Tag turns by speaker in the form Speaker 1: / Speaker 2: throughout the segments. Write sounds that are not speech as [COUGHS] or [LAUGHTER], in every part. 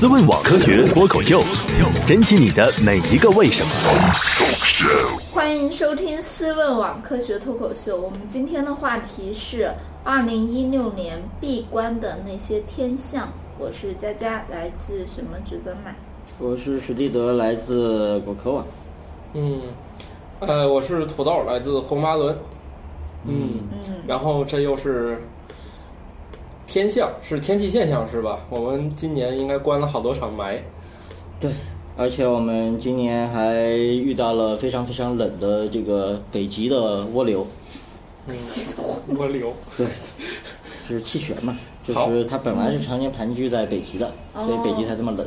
Speaker 1: 思问网科学脱口秀，珍惜你的每一个为什么。
Speaker 2: 欢迎收听《思问网科学脱口秀》，我们今天的话题是二零一六年闭关的那些天象。我是佳佳，来自什么值得买？
Speaker 3: 我是史蒂德，来自果壳网。
Speaker 4: 嗯，呃，我是土豆，来自红麻伦。嗯，然后这又是天象，是天气现象是吧？我们今年应该关了好多场霾。
Speaker 3: 对，而且我们今年还遇到了非常非常冷的这个北极的涡流，
Speaker 4: 嗯我流。
Speaker 3: 对，就是气旋嘛，就
Speaker 4: 好哦
Speaker 3: 是它本来是常年盘踞在北极的，所以北极才这么冷。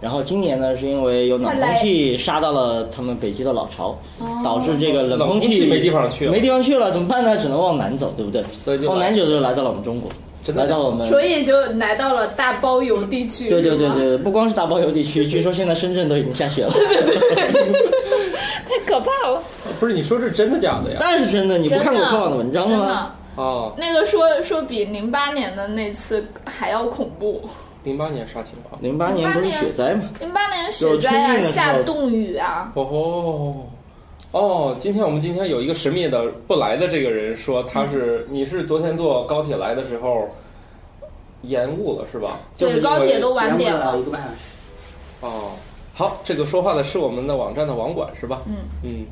Speaker 3: 然后今年呢，是因为有暖
Speaker 2: 看来
Speaker 3: 空气杀到了他们北极的老巢，导致这个冷
Speaker 4: 哦冷空气
Speaker 3: 气
Speaker 4: 没地方去了
Speaker 3: 没地方去了，怎么办呢？只能往南走，对不对
Speaker 4: 所以？就
Speaker 3: 往
Speaker 4: 来
Speaker 3: 南走就来到了我们中国，
Speaker 4: 真的
Speaker 3: 来到
Speaker 4: 假的
Speaker 3: 我们
Speaker 2: 所以就来到了大包邮地区。
Speaker 3: 对对对
Speaker 2: 是吗，
Speaker 3: 对，不光是大包邮地区，据说现在深圳都已经下雪了。
Speaker 2: 太可怕了！
Speaker 4: 不是你说这真的假的呀？
Speaker 3: 当然是真的，你不
Speaker 2: 真
Speaker 3: 看
Speaker 2: 的
Speaker 3: 过科网的文章
Speaker 2: 真
Speaker 3: 吗？
Speaker 2: 的，
Speaker 4: 啊，
Speaker 2: 那个说说比零八年的那次还要恐怖。
Speaker 4: 零八年啥情况？
Speaker 3: 零八年不是雪灾嘛？
Speaker 2: 零八年雪灾
Speaker 3: 有
Speaker 2: 啊，
Speaker 3: 春运的时候
Speaker 2: 下冻雨啊，
Speaker 4: 哦哦，今天我们今天有一个神秘的不来的这个人说他是你是昨天坐高铁来的时候延误了是吧？就是
Speaker 2: 对，
Speaker 4: 因为
Speaker 2: 高铁都晚点
Speaker 5: 然后
Speaker 2: 了
Speaker 5: 一。个半小时。
Speaker 4: 哦，好，这个说话的是我们的网站的网管是吧？嗯嗯，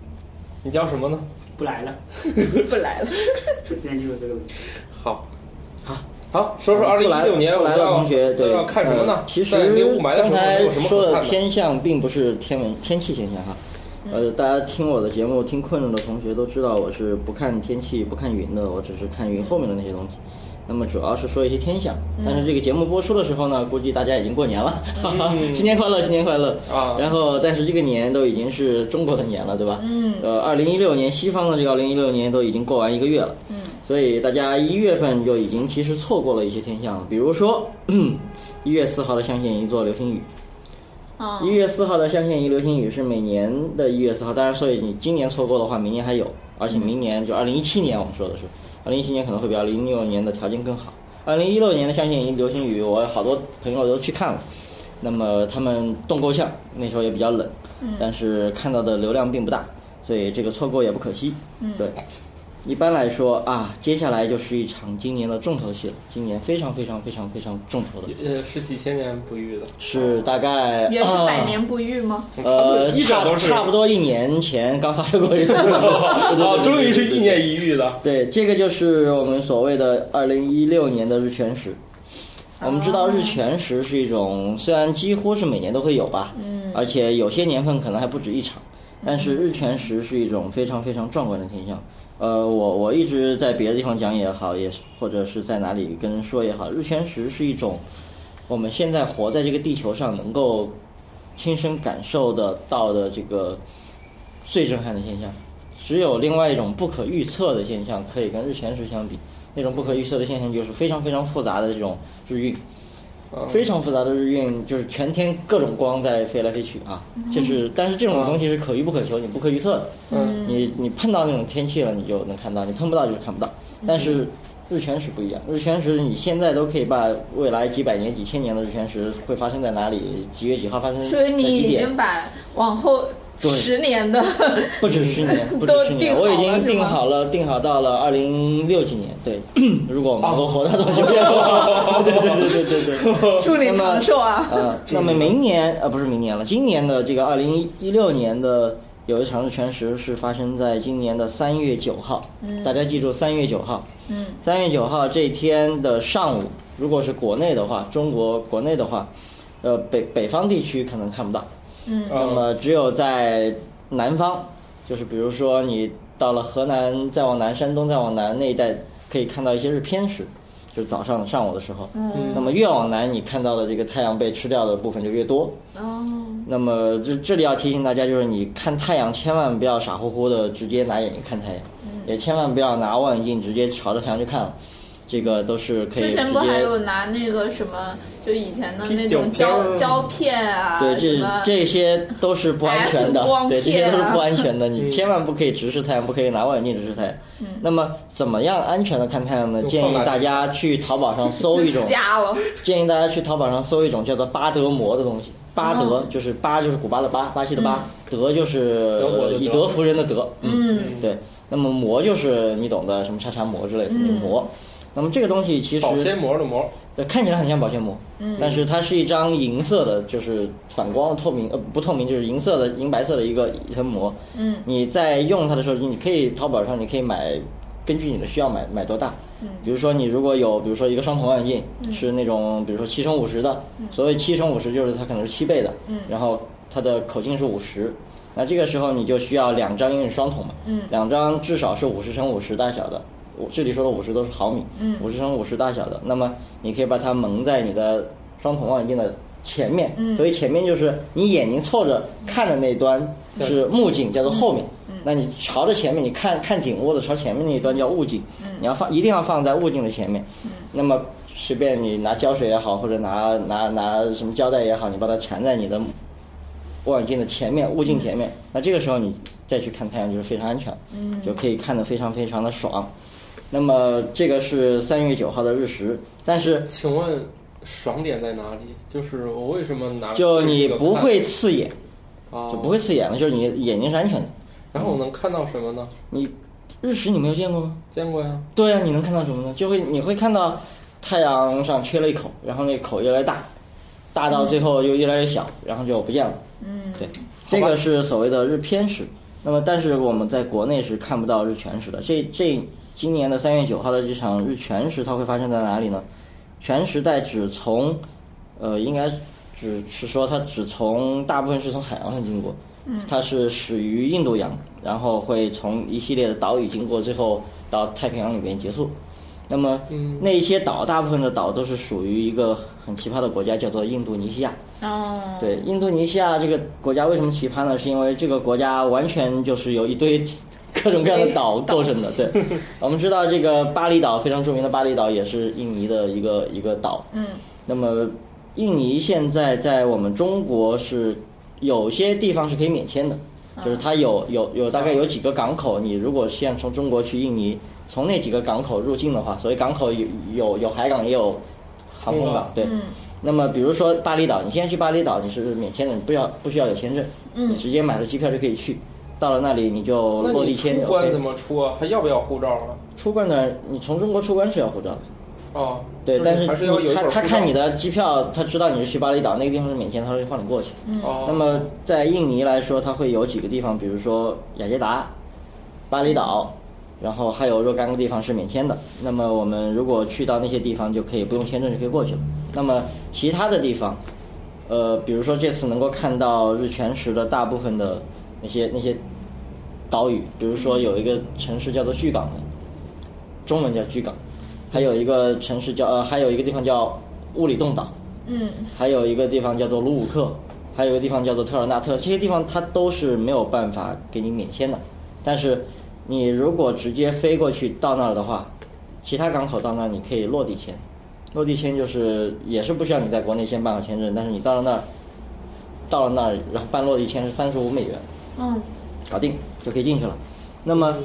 Speaker 4: 你叫什么呢？
Speaker 5: 不来了， [LAUGHS]
Speaker 2: 不来了。
Speaker 5: 今天就有这个问题。
Speaker 4: 好，啊好，好，说说
Speaker 3: 呃
Speaker 4: 二零一六年我
Speaker 3: 不来
Speaker 4: 们
Speaker 3: 了
Speaker 4: 要
Speaker 3: 同学，
Speaker 4: 都
Speaker 3: 对，
Speaker 4: 要看什么呢
Speaker 3: 呃？其实
Speaker 4: 在没有雾霾的
Speaker 3: 刚
Speaker 4: 时候
Speaker 3: 才
Speaker 4: 能有什么
Speaker 3: 说
Speaker 4: 可
Speaker 3: 的
Speaker 4: 看的？
Speaker 3: 天象并不是天文天气现象哈。呃，大家听我的节目听困了的同学都知道，我是不看天气、不看云的，我只是看云后面的那些东西。那么主要是说一些天象，但是这个节目播出的时候呢，估计大家已经过年了，哈哈， [LAUGHS] 新年快乐，新年快乐
Speaker 4: 啊
Speaker 3: 然后，但是这个年都已经是中国的年了，对吧？嗯。呃，二零一六年西方的这个二零一六年都已经过完一个月了。嗯。所以大家一月份就已经其实错过了一些天象了，比如说 [COUGHS] 一月四号的象限一座流星雨。一
Speaker 2: 嗯，
Speaker 3: 月四号的象限一流星雨是每年的一月四号，当然，所以你今年错过的话，明年还有，而且明年就二零一七年，我们说的是，二零一七年可能会比二零一六年的条件更好。二零一六年的象限一流星雨，我好多朋友都去看了，那么他们冻够呛，那时候也比较冷，但是看到的流量并不大，所以这个错过也不可惜。对，一般来说啊，接下来就是一场今年的重头戏了，今年非常非常非常非常重头的，
Speaker 4: 呃，是几千年不遇的，
Speaker 3: 是大概
Speaker 2: 也是百
Speaker 3: 啊
Speaker 2: 年不遇吗？
Speaker 3: 呃，
Speaker 4: 一整
Speaker 3: 差
Speaker 4: 都是
Speaker 3: 差不多一年前刚发生过一次。
Speaker 4: 哦
Speaker 3: 哦，
Speaker 4: 终于是一年一遇的。
Speaker 3: 对，这个就是我们所谓的二零一六年的日全食。我们知道日全食是一种，虽然几乎是每年都会有吧，嗯，而且有些年份可能还不止一场，但是日全食是一种非常非常壮观的天象。呃，我我一直在别的地方讲也好，也或者是在哪里跟人说也好，日全食是一种我们现在活在这个地球上能够亲身感受得到的这个最震撼的现象。只有另外一种不可预测的现象可以跟日全食相比，那种不可预测的现象就是非常非常复杂的这种日晕，
Speaker 4: 嗯
Speaker 3: 非常复杂的日晕就是全天各种光在飞来飞去啊，就是但是这种东西是可遇不可求，你不可预测的，
Speaker 4: 嗯
Speaker 3: 你你碰到那种天气了你就能看到，你碰不到就是看不到，
Speaker 2: 嗯
Speaker 3: 但是。日全食不一样，日全食你现在都可以把未来几百年、几千年的日全食会发生在哪里，几月几号发生，
Speaker 2: 所以你
Speaker 3: 在几
Speaker 2: 已
Speaker 3: 点
Speaker 2: 经把往后
Speaker 3: 对
Speaker 2: 十年的
Speaker 3: 不止
Speaker 2: [LAUGHS]
Speaker 3: 十年，不止
Speaker 2: 都
Speaker 3: 十
Speaker 2: 定
Speaker 3: 年，
Speaker 2: 好
Speaker 3: 我已
Speaker 2: 了是
Speaker 3: 经定
Speaker 2: 吗
Speaker 3: 好了，定好到了二零六几年。
Speaker 2: [COUGHS]
Speaker 3: 对，如果我们能够活到这边的话，对对对对对对。
Speaker 2: 祝你长寿啊！
Speaker 3: 呃，那么明年呃不是明年了，今年的这个二零一六年的有一场日全食是发生在今年的三月九号，
Speaker 2: 嗯
Speaker 3: 大家记住三月九号，嗯，三月九号这天的上午，如果是国内的话，中国国内的话，呃北北方地区可能看不到，
Speaker 4: 嗯
Speaker 3: 那么只有在南方，就是比如说你到了河南，再往南，山东再往南那一带，可以看到一些日偏食，就是早上上午的时候。嗯。那么越往南，你看到的这个太阳被吃掉的部分就越多。
Speaker 2: 哦，
Speaker 3: 那么这这里要提醒大家，就是你看太阳千万不要
Speaker 2: 嗯
Speaker 3: 傻乎乎的直接拿眼睛看太阳，也千万不要拿望远镜直接朝着太阳去看了。这个都是可以
Speaker 2: 之
Speaker 3: 直接
Speaker 2: 前不还有拿那个什么，就以前的那种
Speaker 4: 啤酒
Speaker 2: 胶
Speaker 4: 瓶
Speaker 2: 胶片啊，
Speaker 3: 对，
Speaker 2: 什
Speaker 3: 这
Speaker 2: 么
Speaker 3: 这些都是不安全的
Speaker 2: S 光，
Speaker 3: 对，这
Speaker 2: 片
Speaker 3: 些
Speaker 2: 啊
Speaker 3: 都是不安全的，你
Speaker 4: 嗯
Speaker 3: 千万不可以直视太阳，不可以拿望远镜直视太阳。
Speaker 2: 嗯
Speaker 3: 那么怎么样安全的看太阳呢？
Speaker 4: 用
Speaker 3: 建
Speaker 4: 放
Speaker 3: 议
Speaker 4: 大
Speaker 3: 大家去淘宝上搜一种，
Speaker 2: 瞎了，
Speaker 3: 建议大家去淘宝上搜一种叫做巴德膜的东西。巴德
Speaker 2: 哦
Speaker 3: 就是巴就是古巴的巴，巴西的巴，德就是
Speaker 4: 德国的德
Speaker 3: 以德服人的德，
Speaker 2: 嗯，
Speaker 3: 对。那么膜就是你懂的什么沙茶膜之类的
Speaker 2: 嗯
Speaker 3: 那个膜。那么这个东西其实
Speaker 4: 保鲜膜的膜，
Speaker 3: 对，看起来很像保鲜膜，嗯，但是它是一张银色的，就是反光透明呃不透明，就是银色的银白色的一个一层膜，
Speaker 2: 嗯，
Speaker 3: 你在用它的时候，你可以淘宝上你可以买，根据你的需要买买多大，嗯，比如说你如果有比如说一个双筒望远镜、是那种比如说七乘五十的，所谓七乘五十就是它可能是七倍的，嗯，然后它的口径是五十。那这个时候你就需要两张英语双筒嘛，嗯，两张至少是五十乘五十大小的，我这里说的五十都是毫米，嗯，五十乘五十大小的，那么你可以把它蒙在你的双筒望远镜的前面，嗯，所以前面就是你眼睛凑着看的那端是目镜，叫做后面，嗯，那你朝着前面，你看看紧握的朝前面那一端叫物镜，嗯，你要放一定要放在物镜的前面，嗯，那么随便你拿胶水也好，或者拿拿拿什么胶带也好，你把它缠在你的望远镜的前面，物镜前面。那这个时候你再去看太阳就是非常安全，嗯，就可以看得非常非常的爽。那么这个是三月九号的日食，但是
Speaker 4: 请问爽点在哪里？就是我为什么拿
Speaker 3: 就你
Speaker 4: 这啊个看
Speaker 3: 不会刺眼，
Speaker 4: 啊，
Speaker 3: 就不会刺眼了，就是你眼睛是安全的。
Speaker 4: 然后我能看到什么呢？
Speaker 3: 你日食你没有见过吗？
Speaker 4: 见过呀，
Speaker 3: 对啊，你能看到什么呢？就会你会看到太阳上缺了一口，然后那口越来越大，大到最后又越来越小，然后就不见了。嗯，对，这
Speaker 4: 好吧
Speaker 3: 个是所谓的日偏食。那么，但是我们在国内是看不到日全食的。这这今年的三月九号的这场日全食，它会发生在哪里呢？全食带只从，呃，应该只是说它只从大部分是从海洋上经过，它是始于印度洋，然后会从一系列的岛屿经过，最后到太平洋里面结束。那么
Speaker 4: 嗯
Speaker 3: 那一些岛，大部分的岛都是属于一个很奇葩的国家，叫做印度尼西亚。
Speaker 2: 哦，
Speaker 3: 对，印度尼西亚这个国家为什么奇葩呢？是因为这个国家完全就是由一堆 [LAUGHS] 各种各样的岛构成的。对，我们知道这个巴厘岛非常著名的巴厘岛也是印尼的一个一个岛。
Speaker 2: 嗯，
Speaker 3: 那么印尼现在在我们中国是有些地方是可以免签的，就是它有有有大概有几个港口，你如果现在从中国去印尼，从那几个港口入境的话，所以港口有有有海港也有航空
Speaker 4: 空
Speaker 3: 港
Speaker 4: 港，
Speaker 3: 对。那么，比如说巴厘岛，你现在去巴厘岛，你是免签的，你不要不需要有签证，你直接买了机票就可以去。到了那里你就
Speaker 4: 那
Speaker 3: 落
Speaker 4: 你
Speaker 3: 地签
Speaker 4: 出
Speaker 3: 就
Speaker 4: 关
Speaker 3: OK
Speaker 4: 怎。么出啊？还要不要护照了？
Speaker 3: 出关的，你从中国出关是要护照的，
Speaker 4: 哦，
Speaker 3: 对，
Speaker 4: 就
Speaker 3: 但
Speaker 4: 还是要有
Speaker 3: 你
Speaker 4: 一
Speaker 3: 他
Speaker 4: 本
Speaker 3: 他
Speaker 4: 护
Speaker 3: 看
Speaker 4: 照
Speaker 3: 你的机票，他知道你是去巴厘岛那个地方是免签，他会放你过去。
Speaker 4: 哦，
Speaker 3: 嗯那么在印尼来说，它会有几个地方，比如说雅加达、巴厘岛，然后还有若干个地方是免签的。那么我们如果去到那些地方，就可以不用签证就可以过去了。那么其他的地方，呃，比如说这次能够看到日全食的大部分的那些那些岛屿，比如说有一个城市叫做巨港的，中文叫巨港，还有一个城市叫呃，还有一个地方叫物理洞岛，
Speaker 2: 嗯，
Speaker 3: 还有一个地方叫做卢武克，还有一个地方叫做特尔纳特，这些地方它都是没有办法给你免签的。但是你如果直接飞过去到那儿的话，其他港口到那儿你可以落地签，落地签就是也是不需要你在国内先办好签证，但是你到了那儿，到了那儿然后办落地签是三十五美元，
Speaker 2: 嗯，
Speaker 3: 搞定就可以进去了。那么，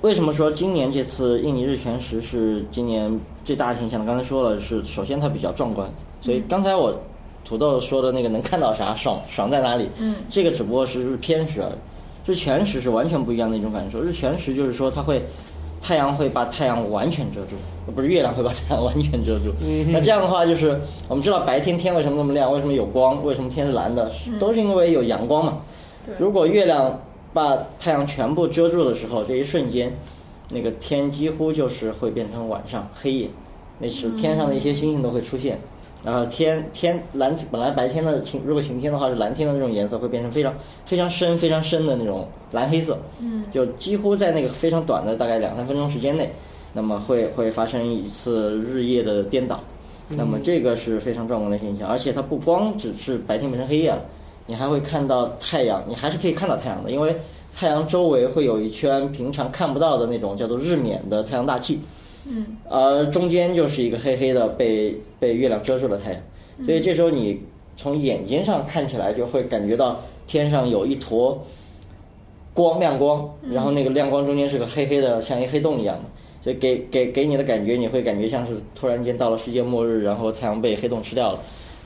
Speaker 3: 为什么说今年这次印尼日全食是今年最大的现象呢？刚才说了，是首先它比较壮观，所以刚才我土豆说的那个能看到啥，爽爽在哪里？
Speaker 2: 嗯，
Speaker 3: 这个只不过是日偏食而已。日全食是完全不一样的一种感受。日全食就是说，它会太阳会把太阳完全遮住，呃不是月亮会把太阳完全遮住。那这样的话，就是我们知道白天天为什么那么亮，为什么有光，为什么天是蓝的，都是因为有阳光嘛。如果月亮把太阳全部遮住的时候，这一瞬间，那个天几乎就是会变成晚上黑夜，那时天上的一些星星都会出现。然后天天蓝本来白天的晴，如果晴天的话是蓝天的那种颜色，会变成非常非常深、非常深的那种蓝黑色。嗯，就几乎在那个非常短的大概两三分钟时间内，那么会会发生一次日夜的颠倒。那么这个是非常壮观的现象，而且它不光只是白天变成黑夜了，你还会看到太阳，你还是可以看到太阳的，因为太阳周围会有一圈平常看不到的那种叫做日冕的太阳大气。
Speaker 2: 嗯
Speaker 3: 而中间就是一个黑黑的被被月亮遮住的太阳，所以这时候你从眼睛上看起来就会感觉到天上有一坨光亮光，然后那个亮光中间是个黑黑的，像一黑洞一样的，所以给给给你的感觉，你会感觉像是突然间到了世界末日，然后太阳被黑洞吃掉了。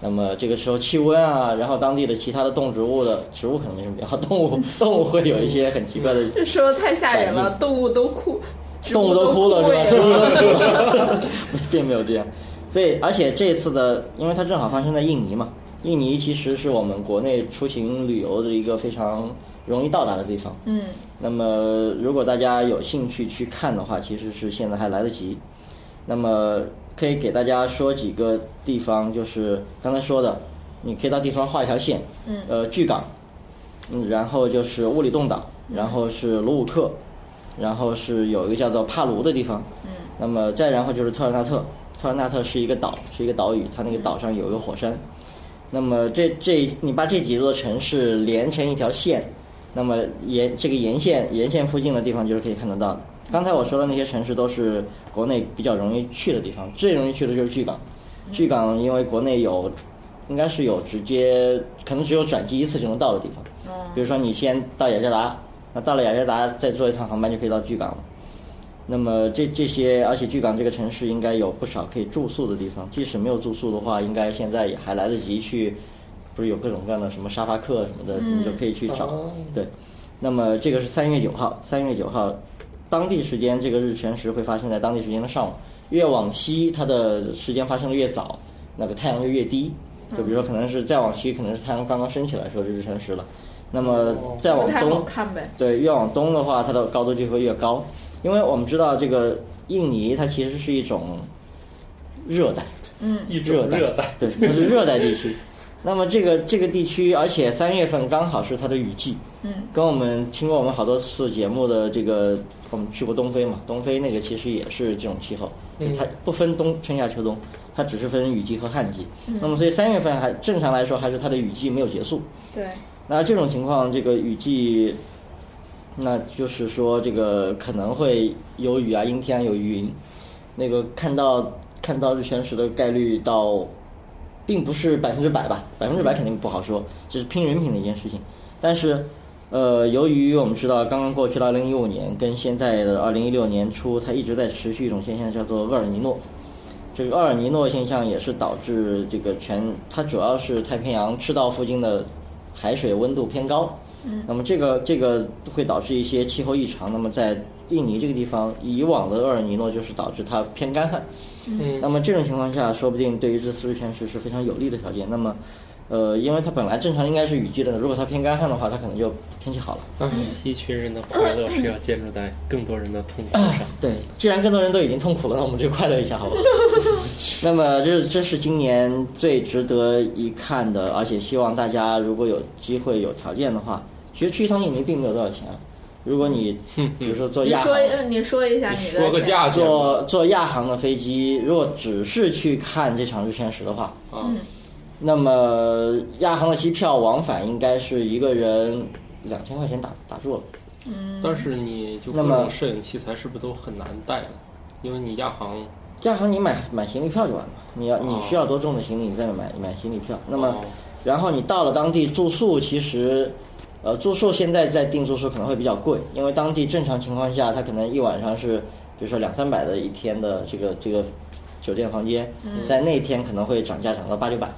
Speaker 3: 那么这个时候气温啊，然后当地的其他的动植物的植物可能没什么变化，动物 [LAUGHS] 动物会有一些很奇怪的
Speaker 2: 这说的太吓人了
Speaker 3: 反，
Speaker 2: 动物都哭，植
Speaker 3: 动物都哭了
Speaker 2: 枯
Speaker 3: 是吧？
Speaker 2: 萎
Speaker 3: 植物
Speaker 2: 了
Speaker 3: 都死了， [LAUGHS] 并没有这样。所以，而且这次的，因为它正好发生在印尼嘛，印尼其实是我们国内出行旅游的一个非常容易到达的地方。
Speaker 2: 嗯
Speaker 3: 那么，如果大家有兴趣去看的话，其实是现在还来得及。那么，可以给大家说几个地方，就是刚才说的，你可以到地方画一条线，
Speaker 2: 嗯
Speaker 3: 呃，巨港，嗯，然后就是物理洞岛，然后是卢武克，然后是有一个叫做帕卢的地方，嗯，那么再然后就是特兰纳特，特兰纳特是一个岛，是一个岛屿，它那个岛上有一个火山，那么这这你把这几座城市连成一条线，那么沿这个沿线沿线附近的地方就是可以看得到的。刚才我说的那些城市都是国内比较容易去的地方，最容易去的就是巨港。巨港因为国内有，应该是有直接，可能只有转机一次就能到的地方。比如说你先到雅加达，那到了雅加达再坐一趟航班就可以到巨港了。那么这这些，而且巨港这个城市应该有不少可以住宿的地方，即使没有住宿的话，应该现在也还来得及去，不是有各种各样的什么沙发客什么的，你
Speaker 2: 嗯
Speaker 3: 就可以去找。
Speaker 4: 哦
Speaker 3: 对，那么这个是三月九号，三月九号当地时间这个日全食会发生在当地时间的上午，越往西它的时间发生的越早，那个太阳就越低。就比如说，可能是再往西，可能是太阳刚刚升起来的时候就日全食了。那么再往
Speaker 2: 不太好
Speaker 3: 东，
Speaker 2: 看呗。
Speaker 3: 对，越往东的话，它的高度就会越高，因为我们知道这个印尼它其实是一种热带，
Speaker 4: 一
Speaker 3: 热
Speaker 4: 种
Speaker 3: 带，
Speaker 4: 热带，
Speaker 3: 对，它是热带地区。 [LAUGHS] 那么这个这个地区，而且三月份刚好是它的雨季，
Speaker 2: 嗯，
Speaker 3: 跟我们听过我们好多次节目的这个，我们去过东非嘛，东非那个其实也是这种气候，
Speaker 4: 嗯
Speaker 3: 它不分冬春夏秋冬，它只是分雨季和旱季。那么所以三月份还正常来说还是它的雨季没有结束，
Speaker 2: 对，
Speaker 3: 那这种情况，这个雨季，那就是说这个可能会有雨啊，阴天啊有云，那个看到看到日全食的概率到，并不是百分之百吧，百分之百肯定不好说，这是拼人品的一件事情。但是，呃，由于我们知道刚刚过去的二零一五年跟现在的二零一六年初，它一直在持续一种现象叫做厄尔尼诺。这个厄尔尼诺现象也是导致这个全，它主要是太平洋赤道附近的海水温度偏高。嗯，那么这个这个会导致一些气候异常。那么在印尼这个地方，以往的厄尔尼诺就是导致它偏干旱。
Speaker 4: 嗯
Speaker 3: 那么这种情况下，说不定对于这次日全食是非常有利的条件。那么，呃，因为它本来正常应该是雨季的，如果它偏干旱的话，它可能就天气好了。
Speaker 4: 哎，一群人的快乐是要建筑在更多人的痛苦上。
Speaker 3: 对，既然更多人都已经痛苦了，那我们就快乐一下，好吧？那么这这是今年最值得一看的，而且希望大家如果有机会有条件的话，其实去一趟印尼并没有多少钱。啊如果你比如说坐
Speaker 2: 你
Speaker 3: 亚航
Speaker 2: 说，呃你说一下
Speaker 3: 哎
Speaker 4: 你
Speaker 2: 你的
Speaker 4: 说个
Speaker 2: 钱，
Speaker 4: 价钱啊吧
Speaker 3: 坐坐亚航的飞机，如果只是去看这场日全食的话，
Speaker 4: 啊，
Speaker 3: 那么亚航的机票往返应该是一个人两千块钱打打住了。
Speaker 4: 但是你就各
Speaker 3: 那么
Speaker 4: 种摄影器材是不是都很难带了？因为你亚航
Speaker 3: 亚航你买买行李票就完了，你要你需要多重的行李，你再买买行李票。那么
Speaker 4: 哦，
Speaker 3: 然后你到了当地住宿，其实，呃，住宿现在在订住宿可能会比较贵，因为当地正常情况下，它可能一晚上是，比如说两三百的一天的这个这个酒店房间，在那天可能会涨价涨到八九百，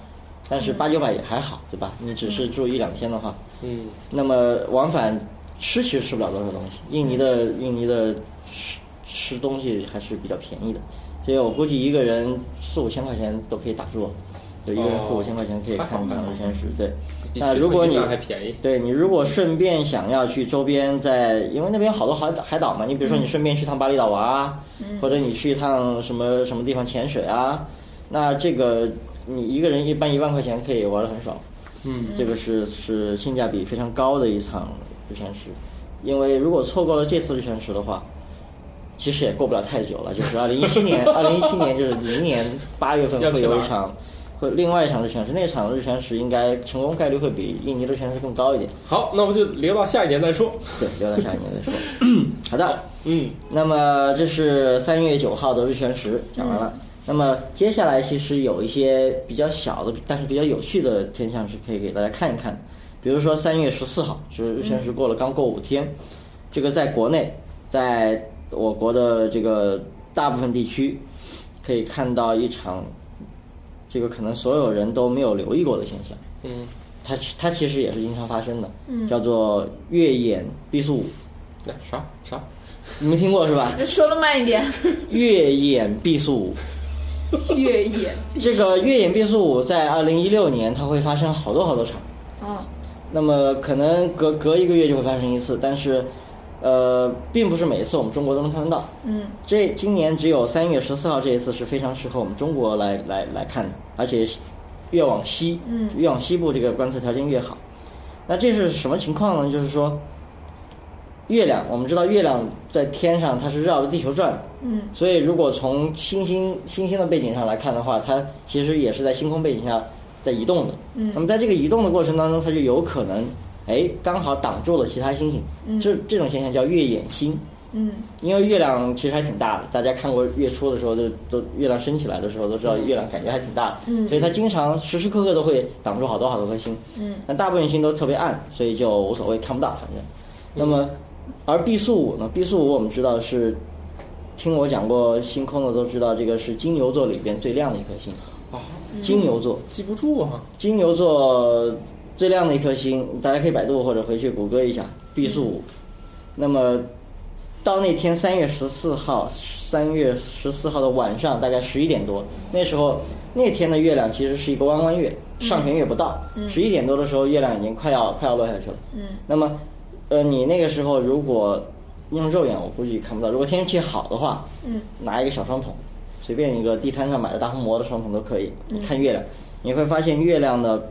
Speaker 3: 但是八九百也还好，对吧？你只是住一两天的话，
Speaker 4: 嗯，
Speaker 3: 那么往返吃其实吃不了多少东西，印尼的印尼的吃吃东西还是比较便宜的，所以我估计一个人四五千块钱都可以打住了，就一个人
Speaker 4: 哦
Speaker 3: 四五千块钱可以
Speaker 4: 还好
Speaker 3: 看
Speaker 4: 还
Speaker 3: 两
Speaker 4: 好
Speaker 3: 日全食，对。
Speaker 4: 比
Speaker 3: 那
Speaker 4: 去
Speaker 3: 如果
Speaker 4: 昆
Speaker 3: 你
Speaker 4: 明还便宜，
Speaker 3: 对你如果顺便想要去周边在，因为那边有好多海岛海岛嘛，你比如说你顺便去趟巴厘岛玩啊，或者你去一趟什么什么地方潜水啊，那这个你一个人一般一万块钱可以玩的很爽。
Speaker 4: 嗯，
Speaker 3: 这个是是性价比非常高的一场日全食，因为如果错过了这次日全食的话，其实也过不了太久了，就是二零一七年，二零一七年就是明年八月份
Speaker 4: 要去
Speaker 3: 会有
Speaker 4: 哪
Speaker 3: 一
Speaker 4: 儿
Speaker 3: 场会另外一场日全食，那场日全食应该成功概率会比印尼日全食更高一点。
Speaker 4: 好，那我们就留到下一年再说。
Speaker 3: 对，留到下一年再说。
Speaker 4: [CLEARS THROAT]
Speaker 3: 好的，
Speaker 4: 嗯，
Speaker 3: 那么这是三月九号的日全食讲完了。那么接下来其实有一些比较小的，但是比较有趣的天象是可以给大家看一看的。比如说三月十四号，就是日全食过了刚过五天，这个在国内，在我国的这个大部分地区，可以看到一场这个可能所有人都没有留意过的现象。
Speaker 4: 嗯，
Speaker 3: 它其它其实也是经常发生的，叫做月掩毕宿五，
Speaker 4: 那哎啥啥，
Speaker 3: 你没听过是吧？
Speaker 2: 说的慢一点，
Speaker 3: 月掩毕宿五，
Speaker 2: 越野，
Speaker 3: 这个月掩毕宿五在二零一六年它会发生好多好多场，
Speaker 2: 嗯
Speaker 3: 那么可能隔隔一个月就会发生一次，但是呃，并不是每一次我们中国都能看得到。
Speaker 2: 嗯
Speaker 3: 这今年只有三月十四号这一次是非常适合我们中国来来来看的，而且越往西，
Speaker 2: 嗯
Speaker 3: 越往西部这个观测条件越好。那这是什么情况呢？就是说，月亮，我们知道月亮在天上它是绕着地球转的，
Speaker 2: 嗯
Speaker 3: 所以如果从星星星星的背景上来看的话，它其实也是在星空背景下在移动的。
Speaker 2: 嗯
Speaker 3: 那么在这个移动的过程当中，它就有可能，哎，刚好挡住了其他星星。
Speaker 2: 嗯
Speaker 3: 这这种现象叫月掩星。
Speaker 2: 嗯
Speaker 3: 因为月亮其实还挺大的，大家看过月出的时候就都月亮升起来的时候都知道月亮感觉还挺大的，
Speaker 2: 嗯
Speaker 3: 所以它经常时时刻刻都会挡住好多好多颗星，
Speaker 2: 嗯
Speaker 3: 但大部分星都特别暗，所以就无所谓看不到反正。那么，而毕宿五呢？毕宿五我们知道是，听我讲过星空的都知道，这个是金牛座里边最亮的一颗星。
Speaker 4: 啊，
Speaker 3: 金牛座，
Speaker 4: 记不住啊。
Speaker 3: 金牛座最亮的一颗星，大家可以百度或者回去谷歌一下，毕宿五。那么到那天三月十四号，三月十四号的晚上，大概十一点多，那时候那天的月亮其实是一个弯弯月，上弦月不到，十一、点多的时候月亮已经快要快要落下去了。
Speaker 2: 嗯
Speaker 3: 那么，呃，你那个时候如果用肉眼我估计看不到，如果天气好的话，
Speaker 2: 嗯，
Speaker 3: 拿一个小双筒，随便一个地摊上买的大红魔的双筒都可以，
Speaker 2: 嗯
Speaker 3: 你看月亮，你会发现月亮的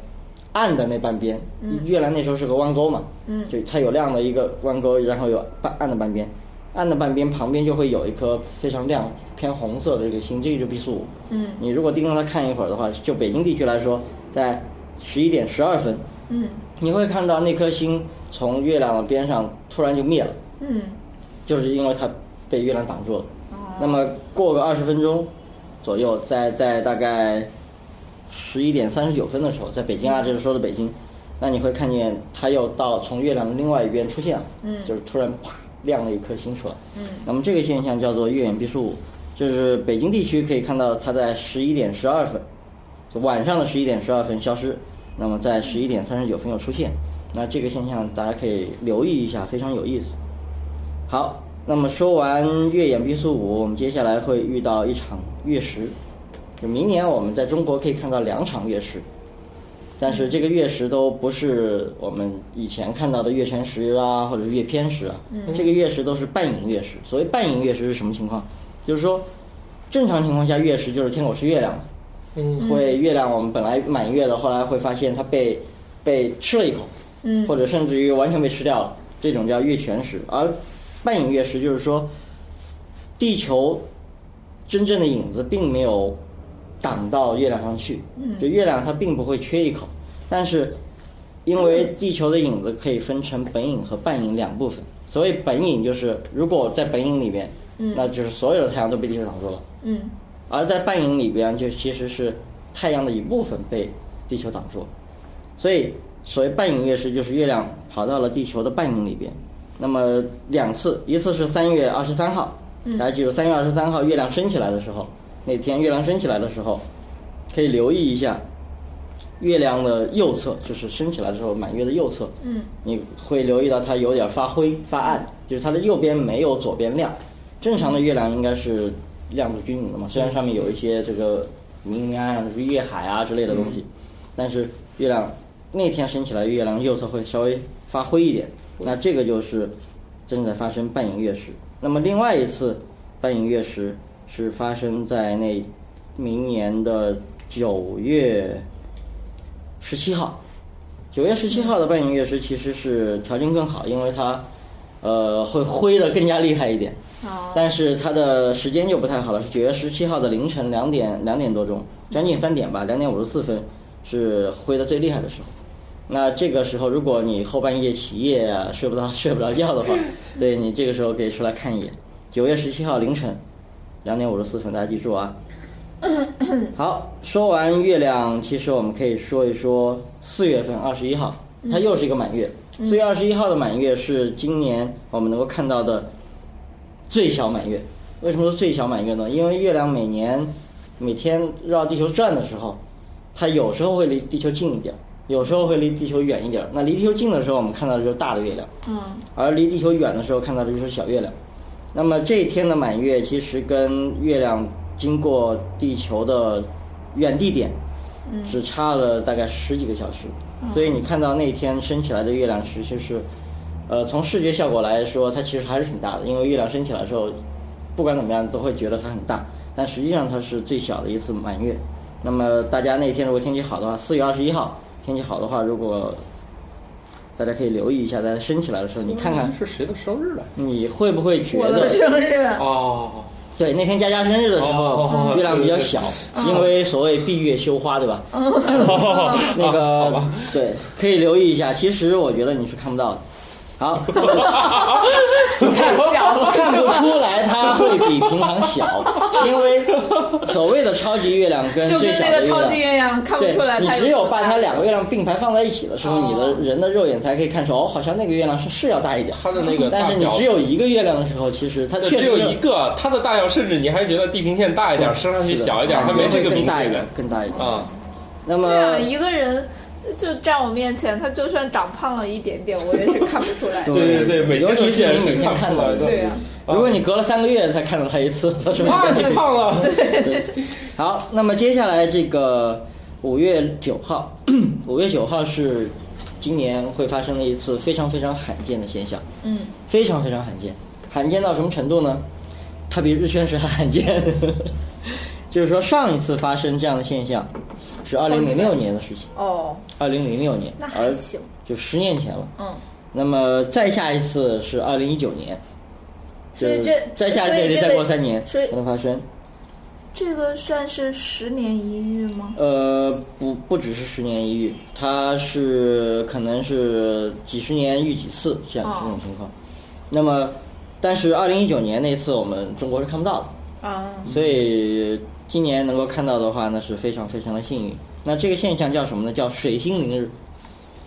Speaker 3: 暗的那半边，月亮那时候是个弯钩嘛，
Speaker 2: 嗯
Speaker 3: 就它有亮的一个弯钩，然后有半暗的半边，暗的半边旁边就会有一颗非常亮偏红色的这个星，这个就毕宿五。
Speaker 2: 嗯
Speaker 3: 你如果盯着它看一会儿的话，就北京地区来说，在十一点十二分，
Speaker 2: 嗯
Speaker 3: 你会看到那颗星从月亮的边上突然就灭了，
Speaker 2: 嗯
Speaker 3: 就是因为它被月亮挡住了。
Speaker 2: 哦
Speaker 3: 那么过个二十分钟左右，在在大概十一点三十九分的时候，在北京啊，这是说的北京，那你会看见它又到从月亮的另外一边出现了，
Speaker 2: 嗯
Speaker 3: 就是突然啪亮了一颗星出来。
Speaker 2: 嗯
Speaker 3: 那么这个现象叫做月掩毕宿，就是北京地区可以看到它在十一点十二分，就晚上的十一点十二分消失，那么在十一点三十九分又出现。那这个现象大家可以留意一下，非常有意思。好，那么说完月掩毕宿五，我们接下来会遇到一场月食。就明年我们在中国可以看到两场月食，但是这个月食都不是我们以前看到的月全食啊，或者月偏食啊，这个月食都是半影月食。所谓半影月食是什么情况？就是说，正常情况下月食就是天狗吃月亮嘛，
Speaker 4: 嗯
Speaker 3: 会月亮我们本来满月的，后来会发现它被被吃了一口，
Speaker 2: 嗯
Speaker 3: 或者甚至于完全被吃掉了，这种叫月全食。而半影月食就是说，地球真正的影子并没有挡到月亮上去，就月亮它并不会缺一口，但是因为地球的影子可以分成本影和半影两部分。所谓本影就是，如果在本影里面，那就是所有的太阳都被地球挡住了。
Speaker 2: 嗯
Speaker 3: 而在半影里边，就其实是太阳的一部分被地球挡住，所以所谓半影月食就是月亮跑到了地球的半影里边。那么两次，一次是三月二十三号，大家记住三月二十三号月亮升起来的时候，那天月亮升起来的时候，可以留意一下月亮的右侧，就是升起来的时候满月的右侧，
Speaker 2: 嗯
Speaker 3: 你会留意到它有点发灰发暗，就是它的右边没有左边亮。正常的月亮应该是亮度均匀的嘛，虽然上面有一些这个明明暗暗的月海啊之类的东西，但是月亮那天升起来，月亮右侧会稍微发灰一点。那这个就是正在发生半影月食。那么另外一次半影月食是发生在那明年的九月十七号，九月十七号的半影月食其实是条件更好，因为它呃会灰的更加厉害一点，
Speaker 2: 好
Speaker 3: 但是它的时间就不太好了，是九月十七号的凌晨两点两点多钟，将近三点吧，两点五十四分是灰的最厉害的时候。那这个时候，如果你后半夜起夜啊，睡不着 [LAUGHS] 睡不着觉的话，对你这个时候可以出来看一眼。九月十七号凌晨两点五十四分，大家记住啊。好，说完月亮，其实我们可以说一说四月份二十一号，它又是一个满月。四月二十一号的满月是今年我们能够看到的最小满月。为什么说最小满月呢？因为月亮每年每天绕地球转的时候，它有时候会离地球近一点，有时候会离地球远一点。那离地球近的时候，我们看到的就是大的月亮，
Speaker 2: 嗯
Speaker 3: 而离地球远的时候看到的就是小月亮。那么这一天的满月其实跟月亮经过地球的远地点只差了大概十几个小时，所以你看到那天升起来的月亮其实是，呃，从视觉效果来说，它其实还是挺大的，因为月亮升起来的时候，不管怎么样都会觉得它很大，但实际上它是最小的一次满月。那么大家那天如果天气好的话，四月二十一号天气好的话，如果大家可以留意一下，在它升起来的时候，你看看
Speaker 4: 是谁的生日来？
Speaker 3: 你会不会觉
Speaker 2: 我
Speaker 3: 得
Speaker 2: 的生日，
Speaker 3: 嗯
Speaker 4: 哦，
Speaker 3: 对，那天佳佳生日的时
Speaker 4: 哦
Speaker 3: 候，月亮比较小，因为所谓闭月羞花，对吧？
Speaker 2: 哦
Speaker 3: [LAUGHS] 那
Speaker 4: 哦好
Speaker 3: 个
Speaker 4: 吧
Speaker 3: 对，可以留意一下。其实我觉得你是看不到的。
Speaker 4: [LAUGHS]
Speaker 3: 好，你看看不出来它会比平常小，因为所谓的超级月亮跟
Speaker 2: 就
Speaker 3: 最
Speaker 2: 跟
Speaker 3: 小
Speaker 2: 那
Speaker 3: 的
Speaker 2: 个
Speaker 3: 月
Speaker 2: 超级
Speaker 3: 亮。
Speaker 2: 月亮看不
Speaker 3: 对
Speaker 2: 出来
Speaker 3: 你
Speaker 2: 它
Speaker 3: 只有
Speaker 2: 多
Speaker 3: 把
Speaker 2: 大
Speaker 3: 它两个月亮并排放在一起的时候，你
Speaker 2: 哦
Speaker 3: 的人的肉眼才可以看出，哦，好像那个月亮是是要大一点。
Speaker 4: 它的那个
Speaker 3: 嗯但
Speaker 4: 大
Speaker 3: 是你
Speaker 4: 小
Speaker 3: 只有一个月亮的时候，其实它
Speaker 4: 对
Speaker 3: 确实
Speaker 4: 只有
Speaker 3: 是
Speaker 4: 一个，它的大小甚至你还觉得地平线大一点，升上去小一点，
Speaker 3: 是
Speaker 4: 它
Speaker 3: 的啊嗯
Speaker 4: 没这个
Speaker 3: 更
Speaker 4: 明
Speaker 3: 大一
Speaker 4: 显
Speaker 3: 点，更大一点。
Speaker 4: 啊。
Speaker 3: 那么
Speaker 2: 对啊，一个人就站我面前，他就算长胖了一点点，我也是看不
Speaker 3: [LAUGHS]
Speaker 2: 出来的。
Speaker 4: 对对对每
Speaker 3: 尤
Speaker 4: 天
Speaker 3: 其
Speaker 4: 都
Speaker 3: 是
Speaker 4: 见
Speaker 3: 你每
Speaker 4: 是
Speaker 3: 天看
Speaker 4: 看不出
Speaker 3: 到
Speaker 4: 来
Speaker 3: 的，
Speaker 4: 的
Speaker 2: 对啊，
Speaker 3: 如果你隔了三个月才看到它一次，那说明
Speaker 4: [LAUGHS] 啊，你胖了，
Speaker 3: 好，那么接下来这个五月九号， [CLEARS THROAT] 五月九号是今年会发生的一次非常非常罕见的现象，
Speaker 2: 嗯，
Speaker 3: 非常非常罕见，罕见到什么程度呢？它比日全食还罕见。 [LAUGHS] 就是说，上一次发生这样的现象是二零零六年的事情，
Speaker 2: 哦，
Speaker 3: 二零零六年
Speaker 2: 那，还
Speaker 3: 而
Speaker 2: 行，
Speaker 3: 就十年前了。
Speaker 2: 嗯，
Speaker 3: 那么再下一次是二零一九年，
Speaker 2: 所以
Speaker 3: 就
Speaker 2: 这
Speaker 3: 再下一
Speaker 2: 所以
Speaker 3: 次
Speaker 2: 这
Speaker 3: 就
Speaker 2: 个
Speaker 3: 再过三年
Speaker 2: 所以
Speaker 3: 才能发生。
Speaker 2: 这个算是十年一遇吗？
Speaker 3: 呃，不不只是十年一遇，它是可能是几十年遇几次这样
Speaker 2: 哦
Speaker 3: 这种情况。那么，但是二零一九年那次我们中国是看不到的，
Speaker 2: 啊，
Speaker 3: 所以今年能够看到的话，那是非常非常的幸运。那这个现象叫什么呢？叫水星凌日。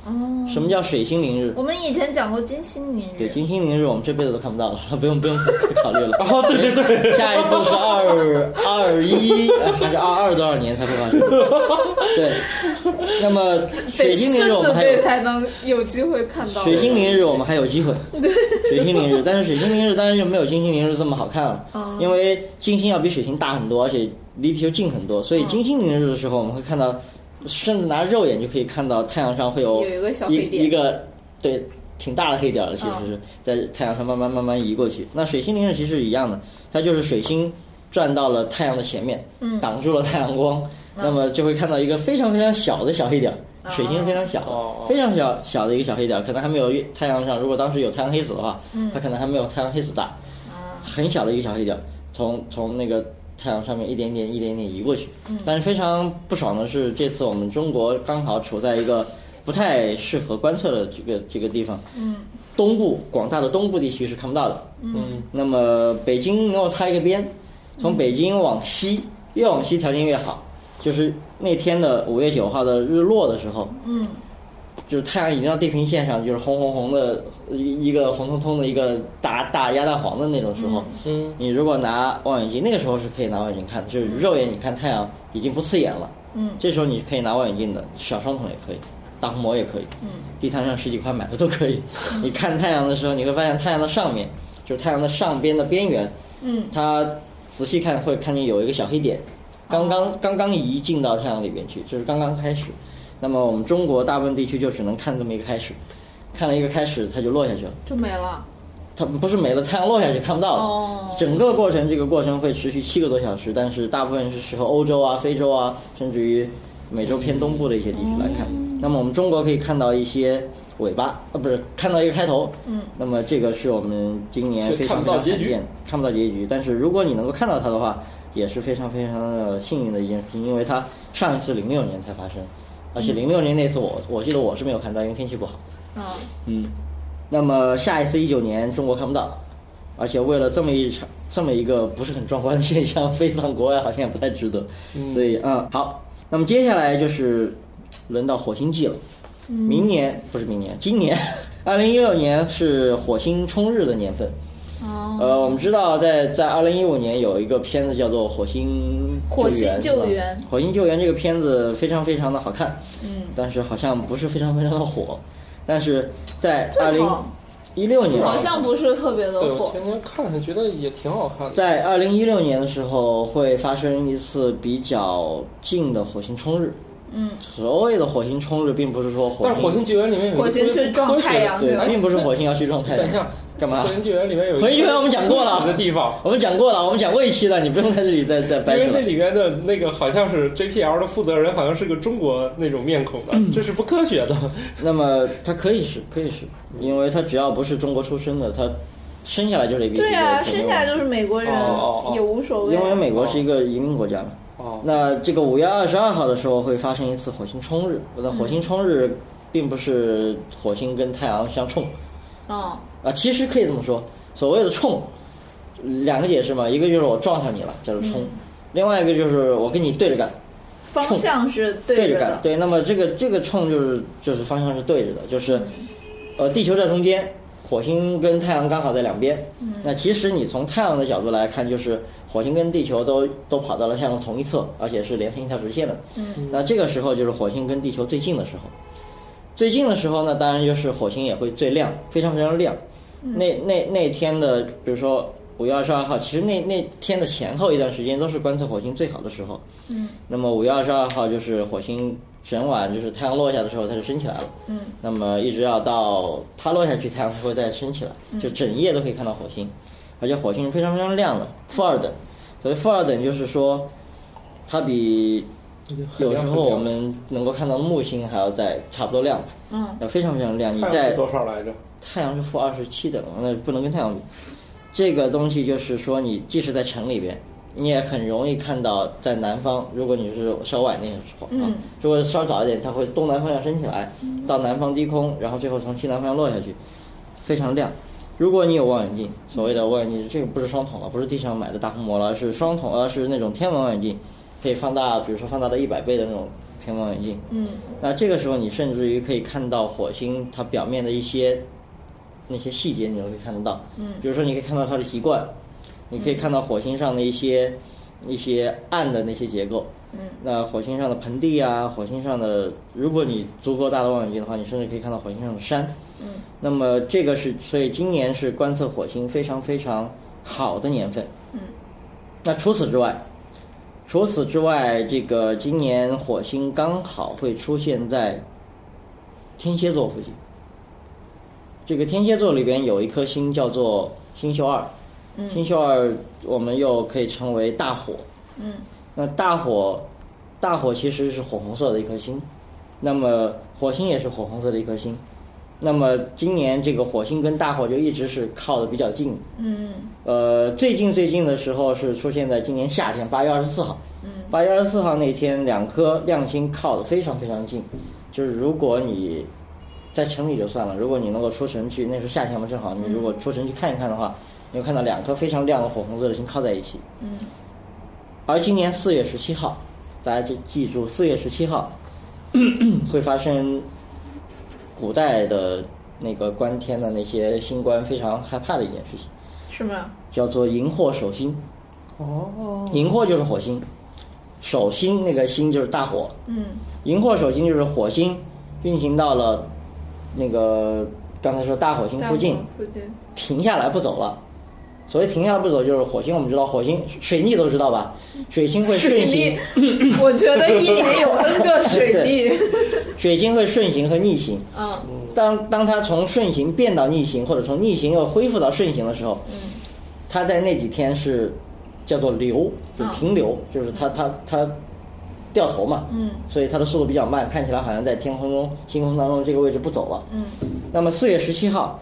Speaker 2: 哦，
Speaker 3: 什么叫水星凌日？
Speaker 2: 我们以前讲过金星凌
Speaker 3: 对，
Speaker 2: 日，
Speaker 3: 金星凌日我们这辈子都看不到了，不用不用 [LAUGHS] 考虑了。
Speaker 4: 哦，对对对，
Speaker 3: 下一次是二二一呃还是二二多少年才会发
Speaker 4: [LAUGHS]
Speaker 3: 生？对，那么水
Speaker 2: 得
Speaker 3: 星凌日
Speaker 2: 孙
Speaker 3: 我
Speaker 2: 子
Speaker 3: 们还有
Speaker 2: 辈才能有机会看到。
Speaker 3: 水星凌日我们还有机会，水星凌日，但是水星凌日当然就没有金星凌日这么好看了，
Speaker 2: 嗯
Speaker 3: 因为金星要比水星大很多，而且离地球近很多，所
Speaker 2: 哦
Speaker 3: 以金星凌日的时候我们会看到，甚至拿肉眼就可以看到太阳上会有
Speaker 2: 有一个小
Speaker 3: 一
Speaker 2: 黑点哦
Speaker 3: 一个对挺大的黑点儿的，其实是在太阳上慢慢慢慢移过去。那水星凌日其实一样的，它就是水星转到了太阳的前面，
Speaker 2: 嗯
Speaker 3: 挡住了太阳光，那么就会看到一个非常非常小的小黑点儿。水星是非常小的，
Speaker 4: 哦哦
Speaker 3: 非常小小的一个小黑点儿，可能还没有月太阳上。如果当时有太阳黑子的话，
Speaker 4: 嗯
Speaker 3: 它可能还没有太阳黑子大，
Speaker 4: 啊
Speaker 3: 很小的一个小黑点儿，从从那个太阳上面一点点一点点移过去。
Speaker 4: 嗯
Speaker 3: 但是非常不爽的是，这次我们中国刚好处在一个不太适合观测的这个这个地方。嗯，东部广大的东部地区是看不到的。
Speaker 4: 嗯，
Speaker 3: 那么北京能够擦一个边，从北京往西，越往西条件越好。就是那天的五月九号的日落的时候，
Speaker 2: 嗯，
Speaker 3: 就是太阳已经到地平线上，就是红红红的一一个红彤彤的一个大大鸭蛋黄的那种时候，
Speaker 4: 嗯，
Speaker 3: 你如果拿望远镜，那个时候是可以拿望远镜看的，就是肉眼你看太阳已经不刺眼了，
Speaker 2: 嗯，
Speaker 3: 这时候你可以拿望远镜的，小双筒也可以，大虹膜也可以，嗯，地摊上十几块买的都可以。 [LAUGHS] 你看太阳的时候，你会发现太阳的上面，就是太阳的上边的边缘，
Speaker 2: 嗯，
Speaker 3: 它仔细看会看见有一个小黑点，刚刚刚刚移进到太阳里边去，就是刚刚开始。那么我们中国大部分地区就只能看这么一个开始，看了一个开始，它就落下去了。
Speaker 2: 就没了。
Speaker 3: 它不是没了，太阳落下去看不到了。
Speaker 2: 哦
Speaker 3: 整个过程这个过程会持续七个多小时，但是大部分是适合欧洲啊、非洲啊，甚至于美洲偏东部的一些地区来看。
Speaker 2: 哦
Speaker 3: 那么我们中国可以看到一些尾巴，啊，不是看到一个开头。
Speaker 2: 嗯。
Speaker 3: 那么这个是我们今年
Speaker 4: 所以
Speaker 3: 非常
Speaker 4: 看不到
Speaker 3: 非常
Speaker 4: 结局
Speaker 3: 罕见看不到结局。但是如果你能够看到它的话，也是非常非常的幸运的一件事情，因为它上一次零六年才发生，而且零六年那次我我记得我是没有看到，因为天气不好。
Speaker 2: 嗯，
Speaker 3: 嗯，那么下一次一九年中国看不到，而且为了这么一场这么一个不是很壮观的现象，飞往国外好像也不太值得，所以嗯好，那么接下来就是轮到火星季了，明年不是明年，今年 [LAUGHS] 二零一六年是火星冲日的年份，
Speaker 2: 哦，
Speaker 3: 呃，我们知道在在二零一五年有一个片子叫做《火星
Speaker 2: 火星
Speaker 3: 救
Speaker 2: 救
Speaker 3: 援
Speaker 2: 援》
Speaker 3: 是吧，《火星救援》这个片子非常非常的好看，嗯，但是好像不是非常非常的火，但是在二
Speaker 2: 对
Speaker 3: 零
Speaker 2: 哦
Speaker 3: 一六年，
Speaker 2: 好像不是特别的
Speaker 4: 对，我
Speaker 2: 火
Speaker 4: 前，天看看觉得也挺好看的。
Speaker 3: 在二零一六年的时候会发生一次比较近的火星冲日。
Speaker 2: 嗯，
Speaker 3: 所谓的火星冲日，并不是说火
Speaker 4: 但是《火星救援》里面有一个
Speaker 2: 火星
Speaker 4: 特别
Speaker 2: 去撞
Speaker 4: 科学的
Speaker 2: 太阳
Speaker 3: 对
Speaker 2: 对吧，
Speaker 3: 并不是火星要去撞太
Speaker 4: 等一
Speaker 3: 阳。
Speaker 4: 下，
Speaker 3: 干嘛
Speaker 4: 火星救援里面有一个
Speaker 3: 火星救援我们讲过了
Speaker 4: 的地方，
Speaker 3: 我们讲过了，我们讲过一期了，你不用在这里再再
Speaker 4: 因
Speaker 3: 掰扯
Speaker 4: 为那
Speaker 3: 了。
Speaker 4: 里面的那个好像是 JPL 的负责人，好像是个中国那种面孔的，
Speaker 3: 嗯
Speaker 4: 这是不科学的。
Speaker 3: 那么它可以是，可以是，因为它只要不是中国出生的，它生下来就是 A B C。
Speaker 2: 对啊，
Speaker 3: 就没
Speaker 2: 生
Speaker 3: 有
Speaker 2: 下来就是美国人
Speaker 4: 哦哦哦
Speaker 2: 也无所谓
Speaker 3: 因，为美国是一个移民国家嘛。
Speaker 4: 哦，
Speaker 3: 那这个五月二十二号的时候会发生一次火星冲日，那火星冲日并不是火星跟太阳相冲
Speaker 2: 嗯，
Speaker 3: [LAUGHS] 啊，其实可以这么说，所谓的冲，两个解释嘛，一个就是我撞上你了叫做冲，
Speaker 2: 嗯
Speaker 3: 另外一个就是我跟你对着干，
Speaker 2: 方向是对
Speaker 3: 着
Speaker 2: 着
Speaker 3: 干。
Speaker 2: 的，
Speaker 3: 对，那么这个这个冲就是就是方向是对着的，就是呃地球在中间，火星跟太阳刚好在两边。
Speaker 2: 嗯
Speaker 3: 那其实你从太阳的角度来看，就是火星跟地球都都跑到了太阳的同一侧，而且是连成一条直线的。
Speaker 2: 嗯
Speaker 3: 那这个时候就是火星跟地球最近的时候。最近的时候呢，当然就是火星也会最亮，非常非常亮。
Speaker 2: 嗯
Speaker 3: 那那那天的，比如说五月二十二号，其实那那天的前后一段时间都是观测火星最好的时候。
Speaker 2: 嗯，
Speaker 3: 那么五月二十二号就是火星整晚就是太阳落下的时候，它就升起来了。
Speaker 2: 嗯，
Speaker 3: 那么一直要到它落下去，太阳才会再升起来，就整夜都可以看到火星，而且火星是非常非常亮的，负二等。所谓负二等就是说，它比有时候我们能够看到木星还要再差不多亮吧，
Speaker 2: 嗯，
Speaker 3: 呃，非常非常亮。
Speaker 4: [LAUGHS]
Speaker 3: 你
Speaker 4: 太阳
Speaker 3: 在
Speaker 4: 是多少来着？
Speaker 3: 太阳是负二十七等，那不能跟太阳比。这个东西就是说，你即使在城里边，你也很容易看到，在南方，如果你是稍晚那个时候，啊
Speaker 2: 嗯，
Speaker 3: 如果稍早一点，它会东南方向升起来，到南方低空，然后最后从西南方向落下去，非常亮。如果你有望远镜，所谓的望远镜，这个不是双筒了，不是地上买的大虹膜了，是双筒，而是那种天文望远镜，可以放大，比如说放大到一百倍的那种天文望远镜。
Speaker 2: 嗯，
Speaker 3: 那这个时候你甚至于可以看到火星它表面的一些那些细节，你都可以看得到。嗯，比如说你可以看到它的习惯，你可以看到火星上的一些一些暗的那些结构。嗯，那火星上的盆地啊，火星上的，如果你足够大的望远镜的话，你甚至可以看到火星上的山。嗯，那么这个是，所以今年是观测火星非常非常好的年份。嗯，那除此之外，除此之外，这个今年火星刚好会出现在天蝎座附近。这个天蝎座里边有一颗星叫做星宿二，星宿二我们又可以称为大火。
Speaker 2: 嗯，
Speaker 3: 那大火，大火其实是火红色的一颗星，那么火星也是火红色的一颗星。那么今年这个火星跟大火就一直是靠的比较近，
Speaker 2: 嗯
Speaker 3: 呃，最近最近的时候是出现在今年夏天八月二十四号。嗯，八月二十四号那天，两颗亮星靠得非常非常近，就是如果你在城里就算了，如果你能够出城去，那时候夏天嘛，正好你如果出城去看一看的话，你会看到两颗非常亮的火红色的星靠在一起。
Speaker 2: 嗯，
Speaker 3: 而今年四月十七号，大家就记住四月十七号 [COUGHS] 会发生古代的那个观天的那些星官非常害怕的一件事情。
Speaker 2: 是吗？
Speaker 3: 叫做荧惑守星。哦，荧惑就是火星，守星那个星就是大火。
Speaker 2: 嗯
Speaker 3: 荧惑守星就是火星运行到了那个刚才说大火星附近，
Speaker 2: 附近，
Speaker 3: 停下来不走了。所谓停下来不走，就是火星。我们知道火星水逆都知道吧？水星会
Speaker 2: 水
Speaker 3: 顺行
Speaker 2: 逆， [LAUGHS] 我觉得一年有 N 个水
Speaker 3: [LAUGHS]
Speaker 2: 逆，
Speaker 3: 水星会顺行和逆行。
Speaker 2: 嗯
Speaker 3: 当当它从顺行变到逆行，或者从逆行又恢复到顺行的时候，
Speaker 2: 嗯
Speaker 3: 它在那几天是叫做流，
Speaker 2: 嗯
Speaker 3: 就是停留，就是它它它掉头嘛，
Speaker 2: 嗯
Speaker 3: 所以它的速度比较慢，看起来好像在天空中星空当中这个位置不走了。
Speaker 2: 嗯
Speaker 3: 那么四月十七号，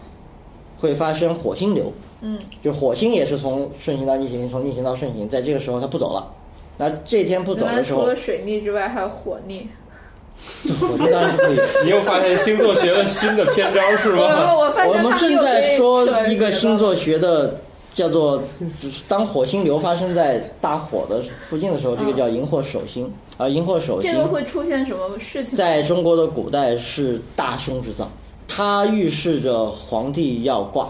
Speaker 3: 会发生火星流，
Speaker 2: 嗯
Speaker 3: 就火星也是从顺行到逆行，从逆行到顺行，在这个时候它不走了。那这天不走
Speaker 2: 原来
Speaker 3: 的时
Speaker 2: 除
Speaker 3: 候
Speaker 2: 了，水逆之外还有火逆，
Speaker 3: 火星当然是可以。
Speaker 4: 你又发现星座学了新的篇章是
Speaker 2: 我
Speaker 3: [LAUGHS]
Speaker 4: 吧？
Speaker 2: 我发
Speaker 3: 我
Speaker 2: 现
Speaker 3: 们
Speaker 2: 他
Speaker 3: 正
Speaker 2: 又
Speaker 3: 在
Speaker 2: 被
Speaker 3: 说
Speaker 2: 扯
Speaker 3: 一个
Speaker 2: 远
Speaker 3: 星
Speaker 2: 了
Speaker 3: 座学的，叫做就是当火星流发生在大火的附近的时候，这个叫荧惑守星啊，荧惑守
Speaker 2: 嗯
Speaker 3: 星
Speaker 2: 这个会出现什么事情？
Speaker 3: 在中国的古代是大凶之兆，它预示着皇帝要挂，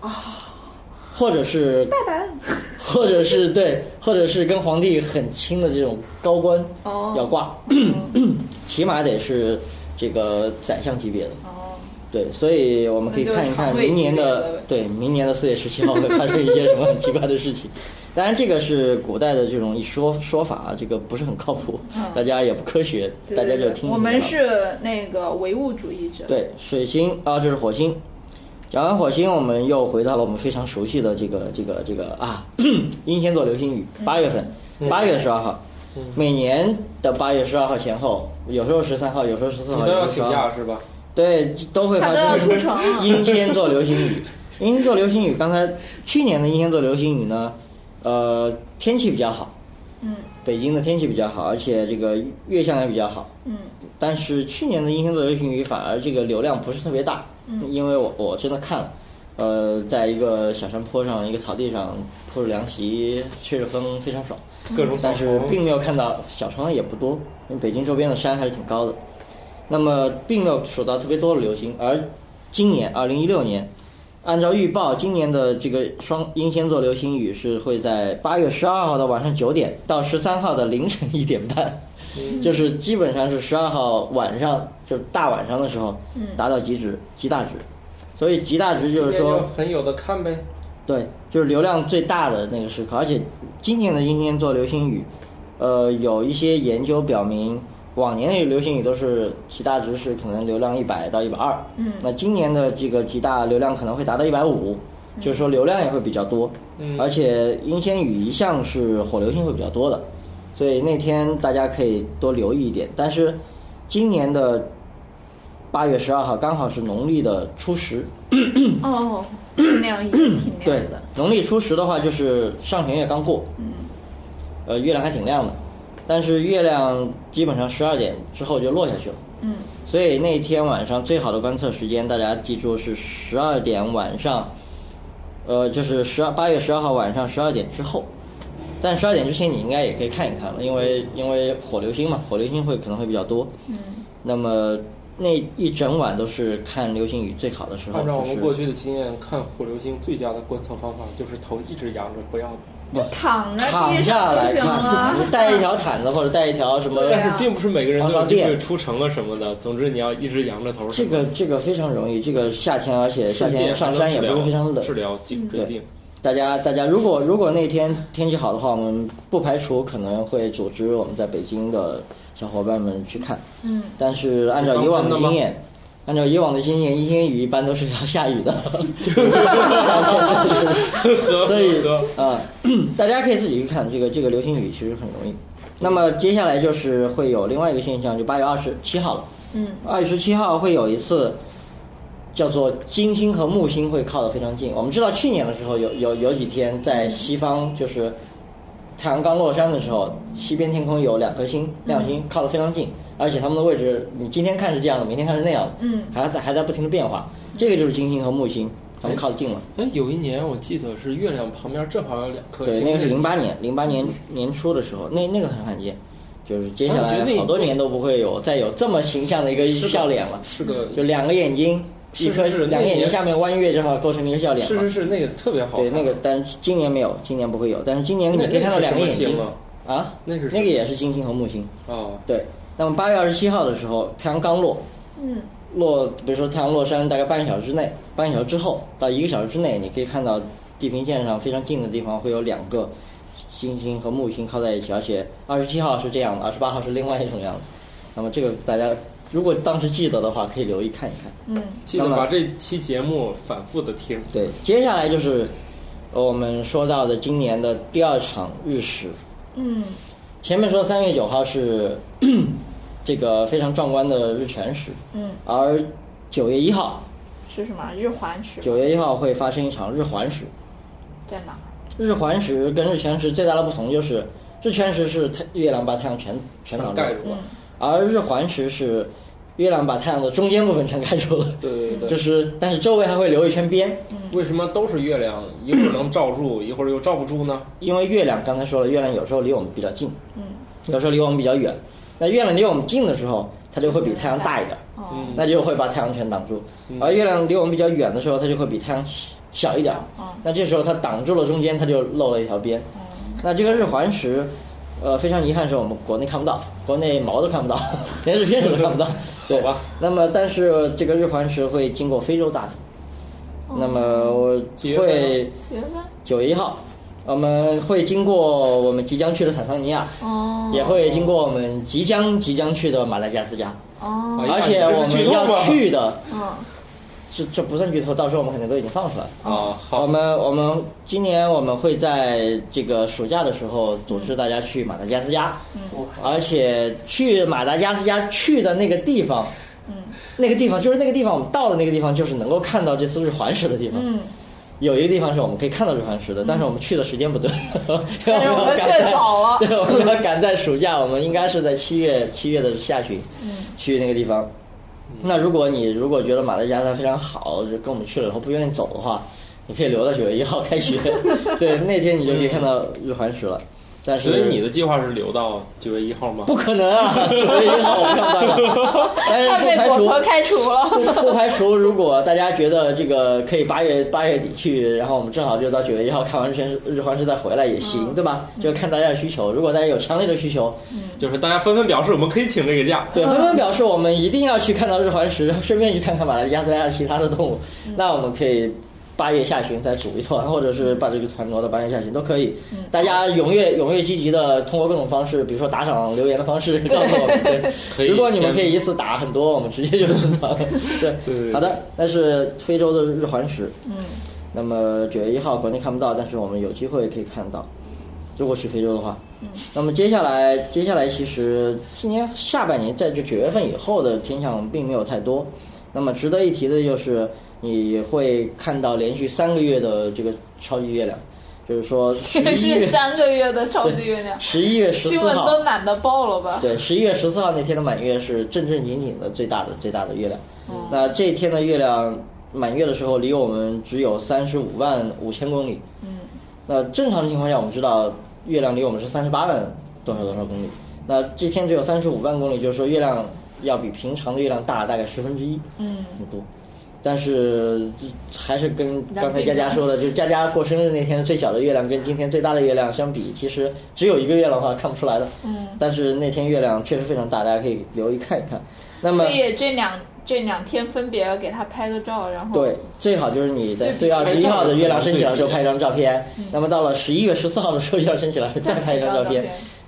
Speaker 2: 哦
Speaker 3: 或者是
Speaker 2: 大胆
Speaker 3: [LAUGHS] 或者是对，或者是跟皇帝很亲的这种高官
Speaker 2: 哦
Speaker 3: 要挂， [CLEARS THROAT] 起码得是这个宰相级别的。
Speaker 2: 哦，
Speaker 3: 对，所以我们可以看一看明年
Speaker 2: 那就常委级别的
Speaker 3: 的
Speaker 2: 呗
Speaker 3: 对明年的四月十七号会发生一些什么很奇怪的事情。当然，这个是古代的这种一说说法啊，这个不是很靠谱，大家也不科学，
Speaker 2: 嗯对
Speaker 3: 大家
Speaker 2: 对
Speaker 3: 就
Speaker 2: 对
Speaker 3: 听听就好。
Speaker 2: 我们是那个唯物主义者，
Speaker 3: 对水星啊，这是火星。讲完火星，我们又回到了我们非常熟悉的这个这个这个啊，英天座流星雨，八月份，
Speaker 4: 嗯
Speaker 3: 八月十二号，每年的八月十二号前后，有时候十三号，有时候十四
Speaker 4: 你
Speaker 3: 号，
Speaker 4: 都要
Speaker 3: 有时
Speaker 4: 请
Speaker 3: 候12号
Speaker 4: 假是吧？
Speaker 3: 对，都会
Speaker 2: 他
Speaker 3: 发
Speaker 2: 都要出
Speaker 3: 生
Speaker 2: 城了。
Speaker 3: 英天座流星雨。英天座流星雨，刚才去年的英天座流星雨呢，呃，天气比较好，
Speaker 2: 嗯
Speaker 3: 北京的天气比较好，而且这个月相也比较好，
Speaker 2: 嗯
Speaker 3: 但是去年的英雄座流星雨反而这个流量不是特别大，
Speaker 2: 嗯
Speaker 3: 因为我我真的看了，呃，在一个小山坡上一个草地上铺着凉席，吹着风非常爽，
Speaker 4: 各种小
Speaker 3: 嗯但是
Speaker 4: 虫
Speaker 3: 并没有看到小虫也不多，因为北京周边的山还是挺高的，那么并没有数到特别多的流星，而今年二零一六年。按照预报，今年的这个双英仙座流星雨是会在八月十二号的晚上九点到十三号的凌晨一点半，
Speaker 4: 嗯
Speaker 3: 就是基本上是十二号晚上，就是大晚上的时候
Speaker 2: 嗯
Speaker 3: 达到极值、极大值，所以极大值就是
Speaker 4: 今天就
Speaker 3: 说，哦
Speaker 4: 很有的看呗。
Speaker 3: 对，就是流量最大的那个时刻。而且今年的英天座流星雨，呃，有一些研究表明，往年的流星雨都是极大值是可能流量一百到一百二，
Speaker 2: 嗯
Speaker 3: 那今年的这个极大流量可能会达到一百五，就是说流量也会比较多，
Speaker 4: 嗯
Speaker 3: 而且英仙雨一向是火流星会比较多的，所以那天大家可以多留意一点。但是今年的八月十二号刚好是农历的初十，
Speaker 2: 哦，是那样也挺那
Speaker 3: 嗯对
Speaker 2: 样的。，嗯
Speaker 3: 农历初十的话就是上弦月刚过，呃，月亮还挺亮的，但是月亮基本上十二点之后就落下去了。
Speaker 2: 嗯
Speaker 3: 所以那天晚上最好的观测时间，大家记住是十二点晚上，呃，就是十二八月十二号晚上十二点之后。但十二点之前你应该也可以看一看了，因为因为火流星嘛，火流星会可能会比较多。
Speaker 2: 嗯
Speaker 3: 那么那一整晚都是看流星雨最好的时候，
Speaker 4: 按照我们
Speaker 3: 就
Speaker 4: 过
Speaker 3: 是
Speaker 4: 去的经验，看火流星最佳的观测方法就是头一直扬着，不要。
Speaker 2: 就躺在地
Speaker 3: 躺下
Speaker 2: 上就
Speaker 3: 来
Speaker 2: 行
Speaker 3: 看，
Speaker 2: 了
Speaker 3: 你。 [LAUGHS] 带一条毯子或者带一条什么。
Speaker 2: 对啊
Speaker 4: 并不是每个人都有
Speaker 3: 防
Speaker 4: 机
Speaker 3: 电
Speaker 4: 会出城啊什么的。总之，你要一直扬着头。
Speaker 3: [LAUGHS] 这个这个非常容易，这个夏天，而且夏
Speaker 4: 顺
Speaker 3: 天
Speaker 4: 便
Speaker 3: 上山也不是非常冷
Speaker 4: 治，疗脊椎病。
Speaker 3: 大家，大家，如果如果那天天气好的话，我们不排除可能会组织我们在北京的小伙伴们去看。
Speaker 2: 嗯，
Speaker 3: 但是按照以往的经验，按照以往的经验，阴天雨一般都是要 [LAUGHS] 下雨的，
Speaker 4: [LAUGHS] 呵
Speaker 3: 嗯所以
Speaker 4: 呵，
Speaker 3: 啊、 [CLEARS THROAT] 大家可以自己去看这个这个流星雨，其实很容易。那么接下来就是会有另外一个现象，就八月二十七号了。
Speaker 2: 嗯，
Speaker 3: 二月十七号会有一次叫做金星和木星会靠得非常近。我们知道去年的时候有有有几天在西方，就是太阳刚落山的时候，西边天空有两颗星亮星靠得非常近，而且它们的位置你今天看是这样的，明天看是那样的，
Speaker 2: 嗯，
Speaker 3: 还在还在不停的变化。这个就是金星和木星，它们靠得近了。
Speaker 4: 哎，有一年我记得是月亮旁边正好有两颗
Speaker 3: 对，
Speaker 4: 星，
Speaker 3: 那个是零八年，零八年年初的时候，那那个很罕见，就是接下
Speaker 4: 哎我觉
Speaker 3: 来
Speaker 4: 得那
Speaker 3: 好多年都不会有再有这么形象的一个
Speaker 4: 是个
Speaker 3: 笑脸了。
Speaker 4: 是个
Speaker 3: 就两个眼睛，
Speaker 4: 是
Speaker 3: 一颗
Speaker 4: 是是
Speaker 3: 两个眼睛
Speaker 4: 那年
Speaker 3: 下面弯月，这么构成一个笑脸
Speaker 4: 是
Speaker 3: 嘛。
Speaker 4: 是是，那个特别好
Speaker 3: 对，
Speaker 4: 看。啊
Speaker 3: 那个，但是今年没有，今年不会有。但是今年
Speaker 4: 那
Speaker 3: 你可以看到两个眼
Speaker 4: 那是什
Speaker 3: 睛
Speaker 4: 么星啊
Speaker 3: 啊，
Speaker 4: 那是什么
Speaker 3: 那个也是金星和木星。
Speaker 4: 哦，
Speaker 3: 对，那么八月二十七号的时候，太阳刚落，
Speaker 2: 嗯
Speaker 3: 落，比如说太阳落山大概半个小时之内，半个小时之后到一个小时之内，你可以看到地平线上非常近的地方会有两个金星和木星靠在一起，而且二十七号是这样的，二十八号是另外一种样子。那么这个大家如果当时记得的话，可以留意看一看。
Speaker 2: 嗯
Speaker 4: 记得
Speaker 3: 那么
Speaker 4: 把这期节目反复的听。
Speaker 3: 对，接下来就是呃我们说到的今年的第二场日食。
Speaker 2: 嗯
Speaker 3: 前面说三月九号是 [CLEARS THROAT] 这个非常壮观的日全食，
Speaker 2: 嗯
Speaker 3: 而九月一号
Speaker 2: 是什么？啊日环食
Speaker 3: 九月一号会发生一场日环食。
Speaker 2: 在哪？
Speaker 3: 日环食跟日全食最大的不同就是，日全食是太月亮把太阳全全嗯挡住
Speaker 4: 盖
Speaker 3: 了，
Speaker 4: 住了。啊
Speaker 3: 而日环食是月亮把太阳的中间部分全盖住了，
Speaker 4: 对对
Speaker 3: 就
Speaker 4: 对，
Speaker 3: 是但是周围还会留一圈边，
Speaker 2: 嗯
Speaker 4: 为什么都是月亮，一会儿能罩住，一会儿又罩不住呢？
Speaker 3: 因为月亮刚才说了，月亮有时候离我们比较近，
Speaker 2: 嗯，
Speaker 3: 有时候离我们比较远。那月亮离我们近的时候，它就会比太阳大一点，
Speaker 2: 哦，
Speaker 4: 嗯，
Speaker 3: 那就会把太阳全挡住；
Speaker 4: 嗯
Speaker 3: 而月亮离我们比较远的时候，它就会比太阳小一点。
Speaker 2: 哦，
Speaker 3: 那这时候它挡住了中间，它就露了一条边。那这个日环食，呃，非常遗憾是我们国内看不到，国内毛都看不到，连日偏食都看
Speaker 4: [LAUGHS]
Speaker 3: 不到。对
Speaker 4: 好吧？
Speaker 3: 那么，但是这个日环食会经过非洲大地，那么我
Speaker 4: 几月份啊呢
Speaker 3: 会
Speaker 2: 几月份？
Speaker 3: 九月一号，我们会经过我们即将去的坦桑尼亚，
Speaker 2: 哦，
Speaker 3: 也会经过我们即将即将去的马来加斯加，
Speaker 2: 哦，
Speaker 4: 哎呀
Speaker 3: 而且我
Speaker 4: 你这是剧
Speaker 3: 们
Speaker 4: 透
Speaker 3: 要
Speaker 4: 吗
Speaker 3: 去的，
Speaker 2: 嗯，
Speaker 3: 这这不算剧透，到时候我们可能都已经放出来了。
Speaker 4: 啊，好
Speaker 3: 我，们我们今年我们会在这个暑假的时候组织大家去马达加斯加，
Speaker 2: 嗯
Speaker 3: 而且去马达加斯加去的那个地方，
Speaker 2: 嗯，
Speaker 3: 那个地方就是那个地方，我们到了那个地方就是能够看到这次日环食的地方。
Speaker 2: 嗯，
Speaker 3: 有一个地方是我们可以看到日环食的，但是我们去的时
Speaker 2: [LAUGHS]
Speaker 3: 间不对，
Speaker 2: 但是我们
Speaker 3: 赶在
Speaker 2: 却早了
Speaker 3: [LAUGHS] 对，我们要赶在暑假，我们应该是在七月七月的下旬，
Speaker 2: 嗯，
Speaker 3: 去那个地方。那如果你如果觉得马来加斯加非常好，就跟我们去了以后不愿意走的话，你可以留到九月一号开学，
Speaker 2: [LAUGHS]
Speaker 3: 对，那天你就可以看到日环食了。但是
Speaker 4: 所以你的计划是留到九月一号吗？
Speaker 3: 不可能啊，九月一号我看不
Speaker 2: [LAUGHS]
Speaker 3: 到的，但是
Speaker 2: 他
Speaker 3: 不
Speaker 2: 被
Speaker 3: 排
Speaker 2: 果
Speaker 3: 除
Speaker 2: 壳开除了。
Speaker 3: 不排除如果大家觉得这个可以八月八月底去，然后我们正好就到九月一号看完日全日环食再回来也行，
Speaker 2: 嗯
Speaker 3: 对吧？就看大家的需求。如果大家有强烈的需求，
Speaker 4: 就是大家纷纷表示我们可以请这个假。
Speaker 3: 对，纷纷表示我们一定要去看到日环食， [LAUGHS] 顺便去看看马来亚斯加的其他的动物。那我们可以八月下旬再组一团，或者是把这个团挪到八月下旬都可以。大家踊跃踊跃积极的通过各种方式，比如说打赏、留言的方式告诉我们。
Speaker 4: 可
Speaker 3: 对，
Speaker 4: 以
Speaker 3: 如果你们
Speaker 4: 先
Speaker 3: 可以一次打很多，我们直接就成团
Speaker 4: [LAUGHS]
Speaker 3: 了。对，
Speaker 4: 对
Speaker 3: 好的，那是非洲的日环食。
Speaker 2: 嗯，
Speaker 3: 那么九月一号国内看不到，但是我们有机会可以看到。如果去非洲的话，嗯，那么接下来，接下来其实今年下半年在这九月份以后的天象并没有太多。那么值得一提的就是，你会看到连续三个月的这个超级月亮，就是说十
Speaker 2: 连 [LAUGHS]
Speaker 3: 一
Speaker 2: 续
Speaker 3: 月
Speaker 2: 三个月的超级月亮，
Speaker 3: 十一月十
Speaker 2: 新
Speaker 3: 四
Speaker 2: 闻
Speaker 3: 号，
Speaker 2: 都满的爆了吧？
Speaker 3: 对，十一月十四号那天的满月是正正经经的最大的最大的月亮。那这一天的月亮满月的时候，离我们只有三十五万五千公里。嗯。那正常情况下，我们知道月亮离我们是三十八万多少多少公里。那这天只有三十五万公里，就是说月亮要比平常的月亮大大概十分之一，
Speaker 2: 嗯，
Speaker 3: 很多。但是还是跟
Speaker 2: 那
Speaker 3: 刚才佳佳
Speaker 2: 并不
Speaker 3: 说的，就佳佳过生日那天最小的月亮跟今天最大的月亮相比，其实只有一个月亮的话看不出来的。
Speaker 2: 嗯，
Speaker 3: 但是那天月亮确实非常大，大家可以留意看一看。那么
Speaker 2: 所以这两这两天分别给他拍个照，然后
Speaker 3: 对，最好就是你在四
Speaker 4: 对
Speaker 3: 月二十一号的月亮升起来的时候拍
Speaker 4: 拍
Speaker 3: 一张照片，那么到了十一月十四号的时候月亮升起来再
Speaker 2: 再
Speaker 3: 拍一张
Speaker 2: 照
Speaker 3: 片，，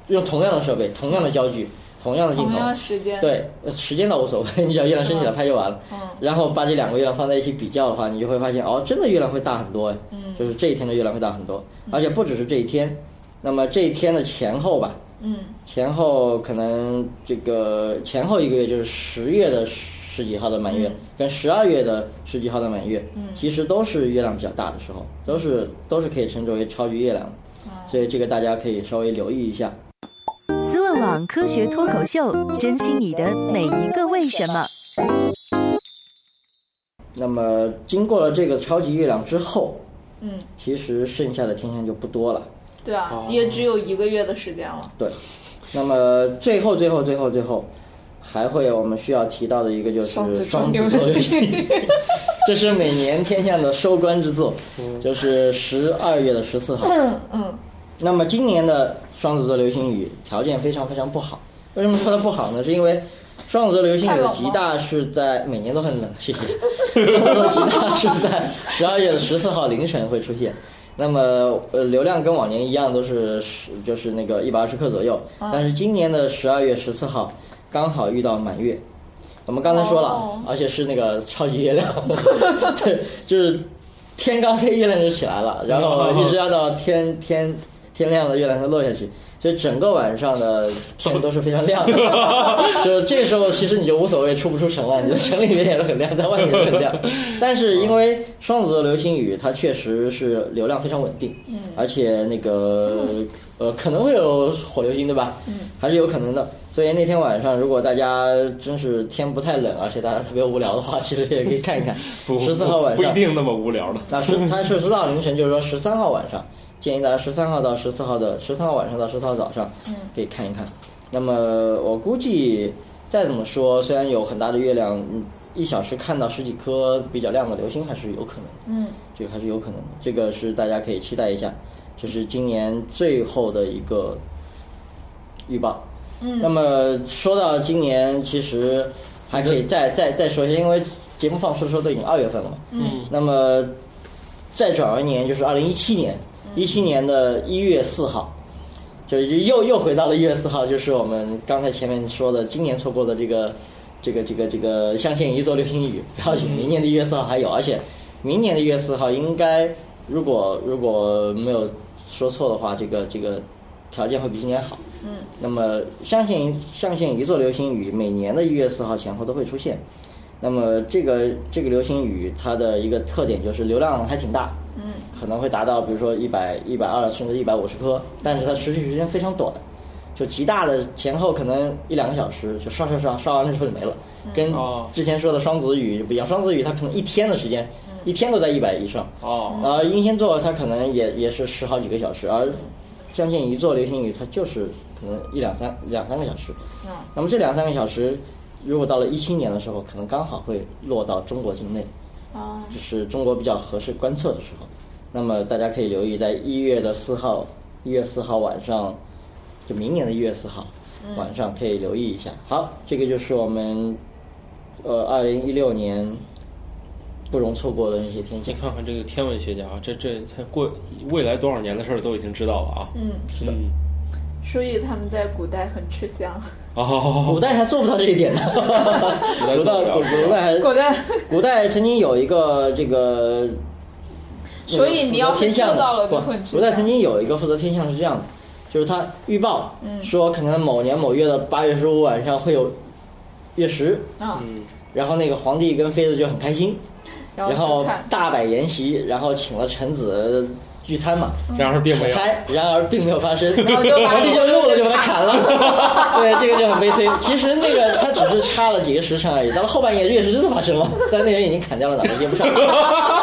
Speaker 3: 用同样的设备、同样的焦距、同样的镜
Speaker 2: 同
Speaker 3: 头，
Speaker 2: 样时间，
Speaker 3: 对，呃时间倒无所谓，你只 [LAUGHS] 要月亮升起来拍就完了。
Speaker 2: 嗯
Speaker 3: 然后把这两个月亮放在一起比较的话，你就会发现哦，真的月亮会大很多哎。
Speaker 2: 嗯
Speaker 3: 就是这一天的月亮会大很多，而且不只是这一天，那么这一天的前后吧，
Speaker 2: 嗯
Speaker 3: 前后可能这个前后一个月就是十月的十几号的满月，跟十二月的十几号的满月，
Speaker 2: 嗯
Speaker 3: 其实都是月亮比较大的时候，都是都是可以称之为超级月亮的，
Speaker 2: 嗯
Speaker 3: 所以这个大家可以稍微留意一下。
Speaker 6: 思问网科学脱口秀，珍惜你的每一个为什么。
Speaker 3: 那么经过了这个超级月亮之后，
Speaker 2: 嗯，
Speaker 3: 其实剩下的天象就不多了。
Speaker 2: 对啊
Speaker 4: 哦，
Speaker 2: 也只有一个月的时间了。
Speaker 3: 对，那么最后最后最后最后，还会有我们需要提到的一个就是
Speaker 2: 双子双
Speaker 3: 双子
Speaker 2: 牛
Speaker 3: 座
Speaker 2: [LAUGHS]
Speaker 3: 月，这是每年天象的收官之作，就是十二月的十四号。
Speaker 2: 嗯嗯，
Speaker 3: 那么今年的双子座流星雨条件非常非常不好。为什么说它不好呢？是因为双子座流星雨的极大是在每年都很冷，谢谢。双子座极大是在十二月的十四号凌晨会出现。那么呃，流量跟往年一样都是十，就是那个一百二十克左右。但是今年的十二月十四号刚好遇到满月。我们刚才说了，
Speaker 2: 哦
Speaker 3: 而且是那个超级月亮， [LAUGHS]
Speaker 7: 嗯
Speaker 3: 对，就是天刚黑，月亮就起来了，然后一直要到天天天亮了，月亮才落下去，所以整个晚上的天都是非常
Speaker 7: [LAUGHS]
Speaker 3: 亮的。就这时候，其实你就无所谓出不出城了，你的城里面也是很亮，在外面也是
Speaker 7: [LAUGHS]
Speaker 3: 很亮。但是因为双子座流星雨，它确实是流量非常稳定，嗯，而且那个呃可能会有火流星，对吧？嗯，还是有可能的。所以那天晚上，如果大家真是天不太冷，而且大家特别无聊的话，其实也可以看一看。
Speaker 7: [LAUGHS] 不
Speaker 3: 十四号晚上
Speaker 7: 不一定那么无聊的。
Speaker 3: 那是它是直到凌晨，就是说十三号晚上，建议大家十三号到十四号的十三号晚上到十四号早上，可以看一看。那么我估计再怎么说，虽然有很大的月亮，嗯一小时看到十几颗比较亮的流星还是有可能的，
Speaker 2: 嗯，
Speaker 3: 这个还是有可能的。这个是大家可以期待一下，这是今年最后的一个预报。嗯，那么说到今年，其实还可以再再再说一下，因为节目放出的时候都已经二月份了嘛。嗯，那么再转而年就是二零一七年，一七年的一月四号，就又又回到了一月四号，就是我们刚才前面说的今年错过的这个这个这个这个象限一座流星雨，不要紧，明年的一月四号还有，而且明年的一月四号应该如果如果没有说错的话，这个这个条件会比今年好。嗯，那么象限象限一座流星雨每年的一月四号前后都会出现。那么这个这个流星雨它的一个特点就是流量还挺大，嗯，可能会达到比如说一百一百二甚至一百五十颗，但是它持续时间非常短，就极大的前后可能一两个小时就刷刷刷刷完了之后就没了，跟
Speaker 7: 哦
Speaker 3: 之前说的双子雨不一样，双子雨它可能一天的时间。一天都在一百以上，
Speaker 7: 哦，
Speaker 3: 而呃英仙座它可能也也是十好几个小时，而相信一座流星雨它就是可能一两三两三个小时。
Speaker 2: 嗯
Speaker 3: 那么这两三个小时，如果到了一七年的时候，可能刚好会落到中国境内，
Speaker 2: 哦，
Speaker 3: 就是中国比较合适观测的时候。那么大家可以留意，在一月的四号，一月四号晚上，就明年的一月四号
Speaker 2: 嗯
Speaker 3: 晚上可以留意一下。好，这个就是我们呃二零一六年不容错过的那些天
Speaker 7: 你
Speaker 3: 象。
Speaker 7: 看看这个天文学家啊，这这他过未来多少年的事儿都已经知道了啊。
Speaker 2: 嗯，
Speaker 7: 是的。
Speaker 2: 所以他们在古代很吃
Speaker 3: [LAUGHS]
Speaker 2: 香，
Speaker 7: 哦，
Speaker 3: 古代还做不到这一点
Speaker 7: [LAUGHS]
Speaker 3: 呢，古
Speaker 7: 古代做不
Speaker 3: 代
Speaker 7: 了
Speaker 3: 古古代还
Speaker 2: 古代，
Speaker 3: 古代曾经有一个这个，那个
Speaker 2: 所以你要
Speaker 3: 负责天象
Speaker 2: 是知道
Speaker 3: 的
Speaker 2: 了
Speaker 3: 不
Speaker 2: 就很，知
Speaker 3: 古代
Speaker 2: 道
Speaker 3: 曾经有一个负责天象是这样的，就是他预报
Speaker 2: 嗯
Speaker 3: 说可能某年某月的八月十五晚上会有月食，
Speaker 2: 嗯，
Speaker 3: 然后那个皇帝跟妃子就很开心，
Speaker 2: 然
Speaker 3: 然
Speaker 2: 后
Speaker 3: 后
Speaker 2: 就看，
Speaker 3: 大摆筵席，然后请了臣子聚餐嘛，
Speaker 7: 然而并没有。
Speaker 3: 开，然而并没有发生，
Speaker 2: 然后就把
Speaker 3: 皇帝就怒了，就把他砍了。 [LAUGHS] 对，这个就很悲催。其实那个他只是差了几个时辰而已，到了后半夜这件事真的发生了，但那人已经砍掉了脑袋接不上。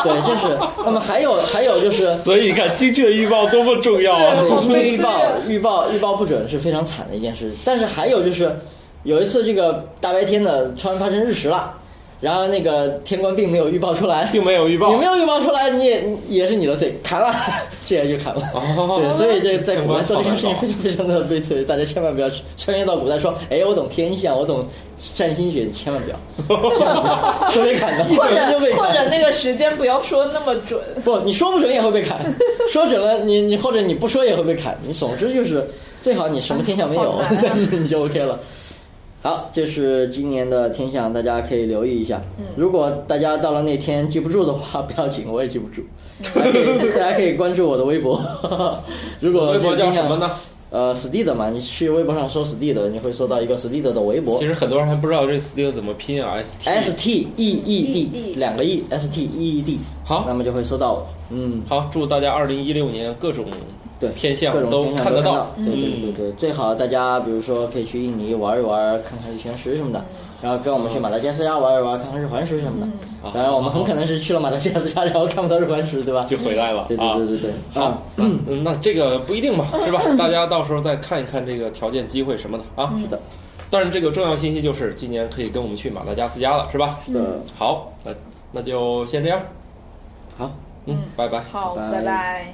Speaker 3: 对，就是。那么还有还有就是。
Speaker 7: 所以你看，精确预报多么重
Speaker 3: [LAUGHS]
Speaker 7: 要啊！
Speaker 3: 对，因为预报预报预报不准是非常惨的一件事。但是还有就是，有一次这个大白天的突然发生日食了，然后那个天官并没有预报出来，
Speaker 7: 并没有预报。
Speaker 3: 你没有预报出来，你也你也是你的罪，砍了， [LAUGHS] 这也就砍了。
Speaker 7: 哦
Speaker 3: 对，所以这在古代做这件事情
Speaker 7: 天
Speaker 3: 非常非常的悲催，大家千万不要穿越到古代说，哎，我懂天象，我懂占星学，千万
Speaker 7: [LAUGHS]
Speaker 3: 不要， [LAUGHS] 千万不要，说被砍的，
Speaker 2: 或者
Speaker 3: 就被
Speaker 2: 或者
Speaker 3: 砍。
Speaker 2: 那个时间不要说那么准，
Speaker 3: 不，你说不准也会被 [LAUGHS] 砍，说准了你你或者你不说也会被砍，你总之就是最啊好你什么天象没有
Speaker 2: 好难，
Speaker 3: [LAUGHS] 你就 OK 了。好，这是今年的天象，大家可以留意一下。如果大家到了那天记不住的话， [LAUGHS] 不要紧，我也记不住。大家可以大家可以关注我的微博。 [LAUGHS] 如果
Speaker 4: 微博
Speaker 3: 这个
Speaker 4: 叫
Speaker 3: 天
Speaker 4: 什
Speaker 3: 象
Speaker 4: 么呢？
Speaker 3: 呃，Steed 嘛，你去微博上搜 Steed，你会搜到一个 Steed 的微博
Speaker 7: [LAUGHS] 其实很多人还不知道这 Steel 怎么拼啊，S T。
Speaker 3: ，S T E E D
Speaker 2: EED
Speaker 3: 两个 E S T E E D，
Speaker 7: 好
Speaker 3: 那么就会搜到我。嗯，
Speaker 7: 好，祝大家二零一六年各种
Speaker 3: 对，
Speaker 7: 天象
Speaker 3: 各种
Speaker 7: 都
Speaker 3: 天象
Speaker 7: 看
Speaker 3: 都
Speaker 7: 得
Speaker 3: 看
Speaker 7: 到
Speaker 3: 对对
Speaker 7: 嗯
Speaker 3: 对对，最好大家比如说可以去印尼玩一玩，看看日全食什
Speaker 7: 嗯
Speaker 3: 么的。然后跟我们去马达加斯加玩一玩，看看日环食什么的。啊当然，我们很可能是去了马达加斯加，然后看不到日环食，对吧？
Speaker 7: 啊就回来了
Speaker 3: 对对
Speaker 7: 啊
Speaker 3: 对。对对。
Speaker 7: 好
Speaker 3: 啊，
Speaker 7: 嗯，那这个不一定吧，是吧？大家到时候再看一看这个条件、机会什么的啊。
Speaker 3: 是的，
Speaker 7: 但是这个重要信息就是，今年可以跟我们去马达加斯加了，是吧？
Speaker 3: 是的。
Speaker 7: 好，那那就先这样，
Speaker 3: 好，
Speaker 7: 嗯，拜拜。
Speaker 2: 好，
Speaker 3: 拜
Speaker 2: 拜拜。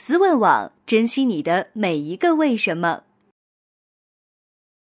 Speaker 6: 思问网，珍惜你的每一个为什么。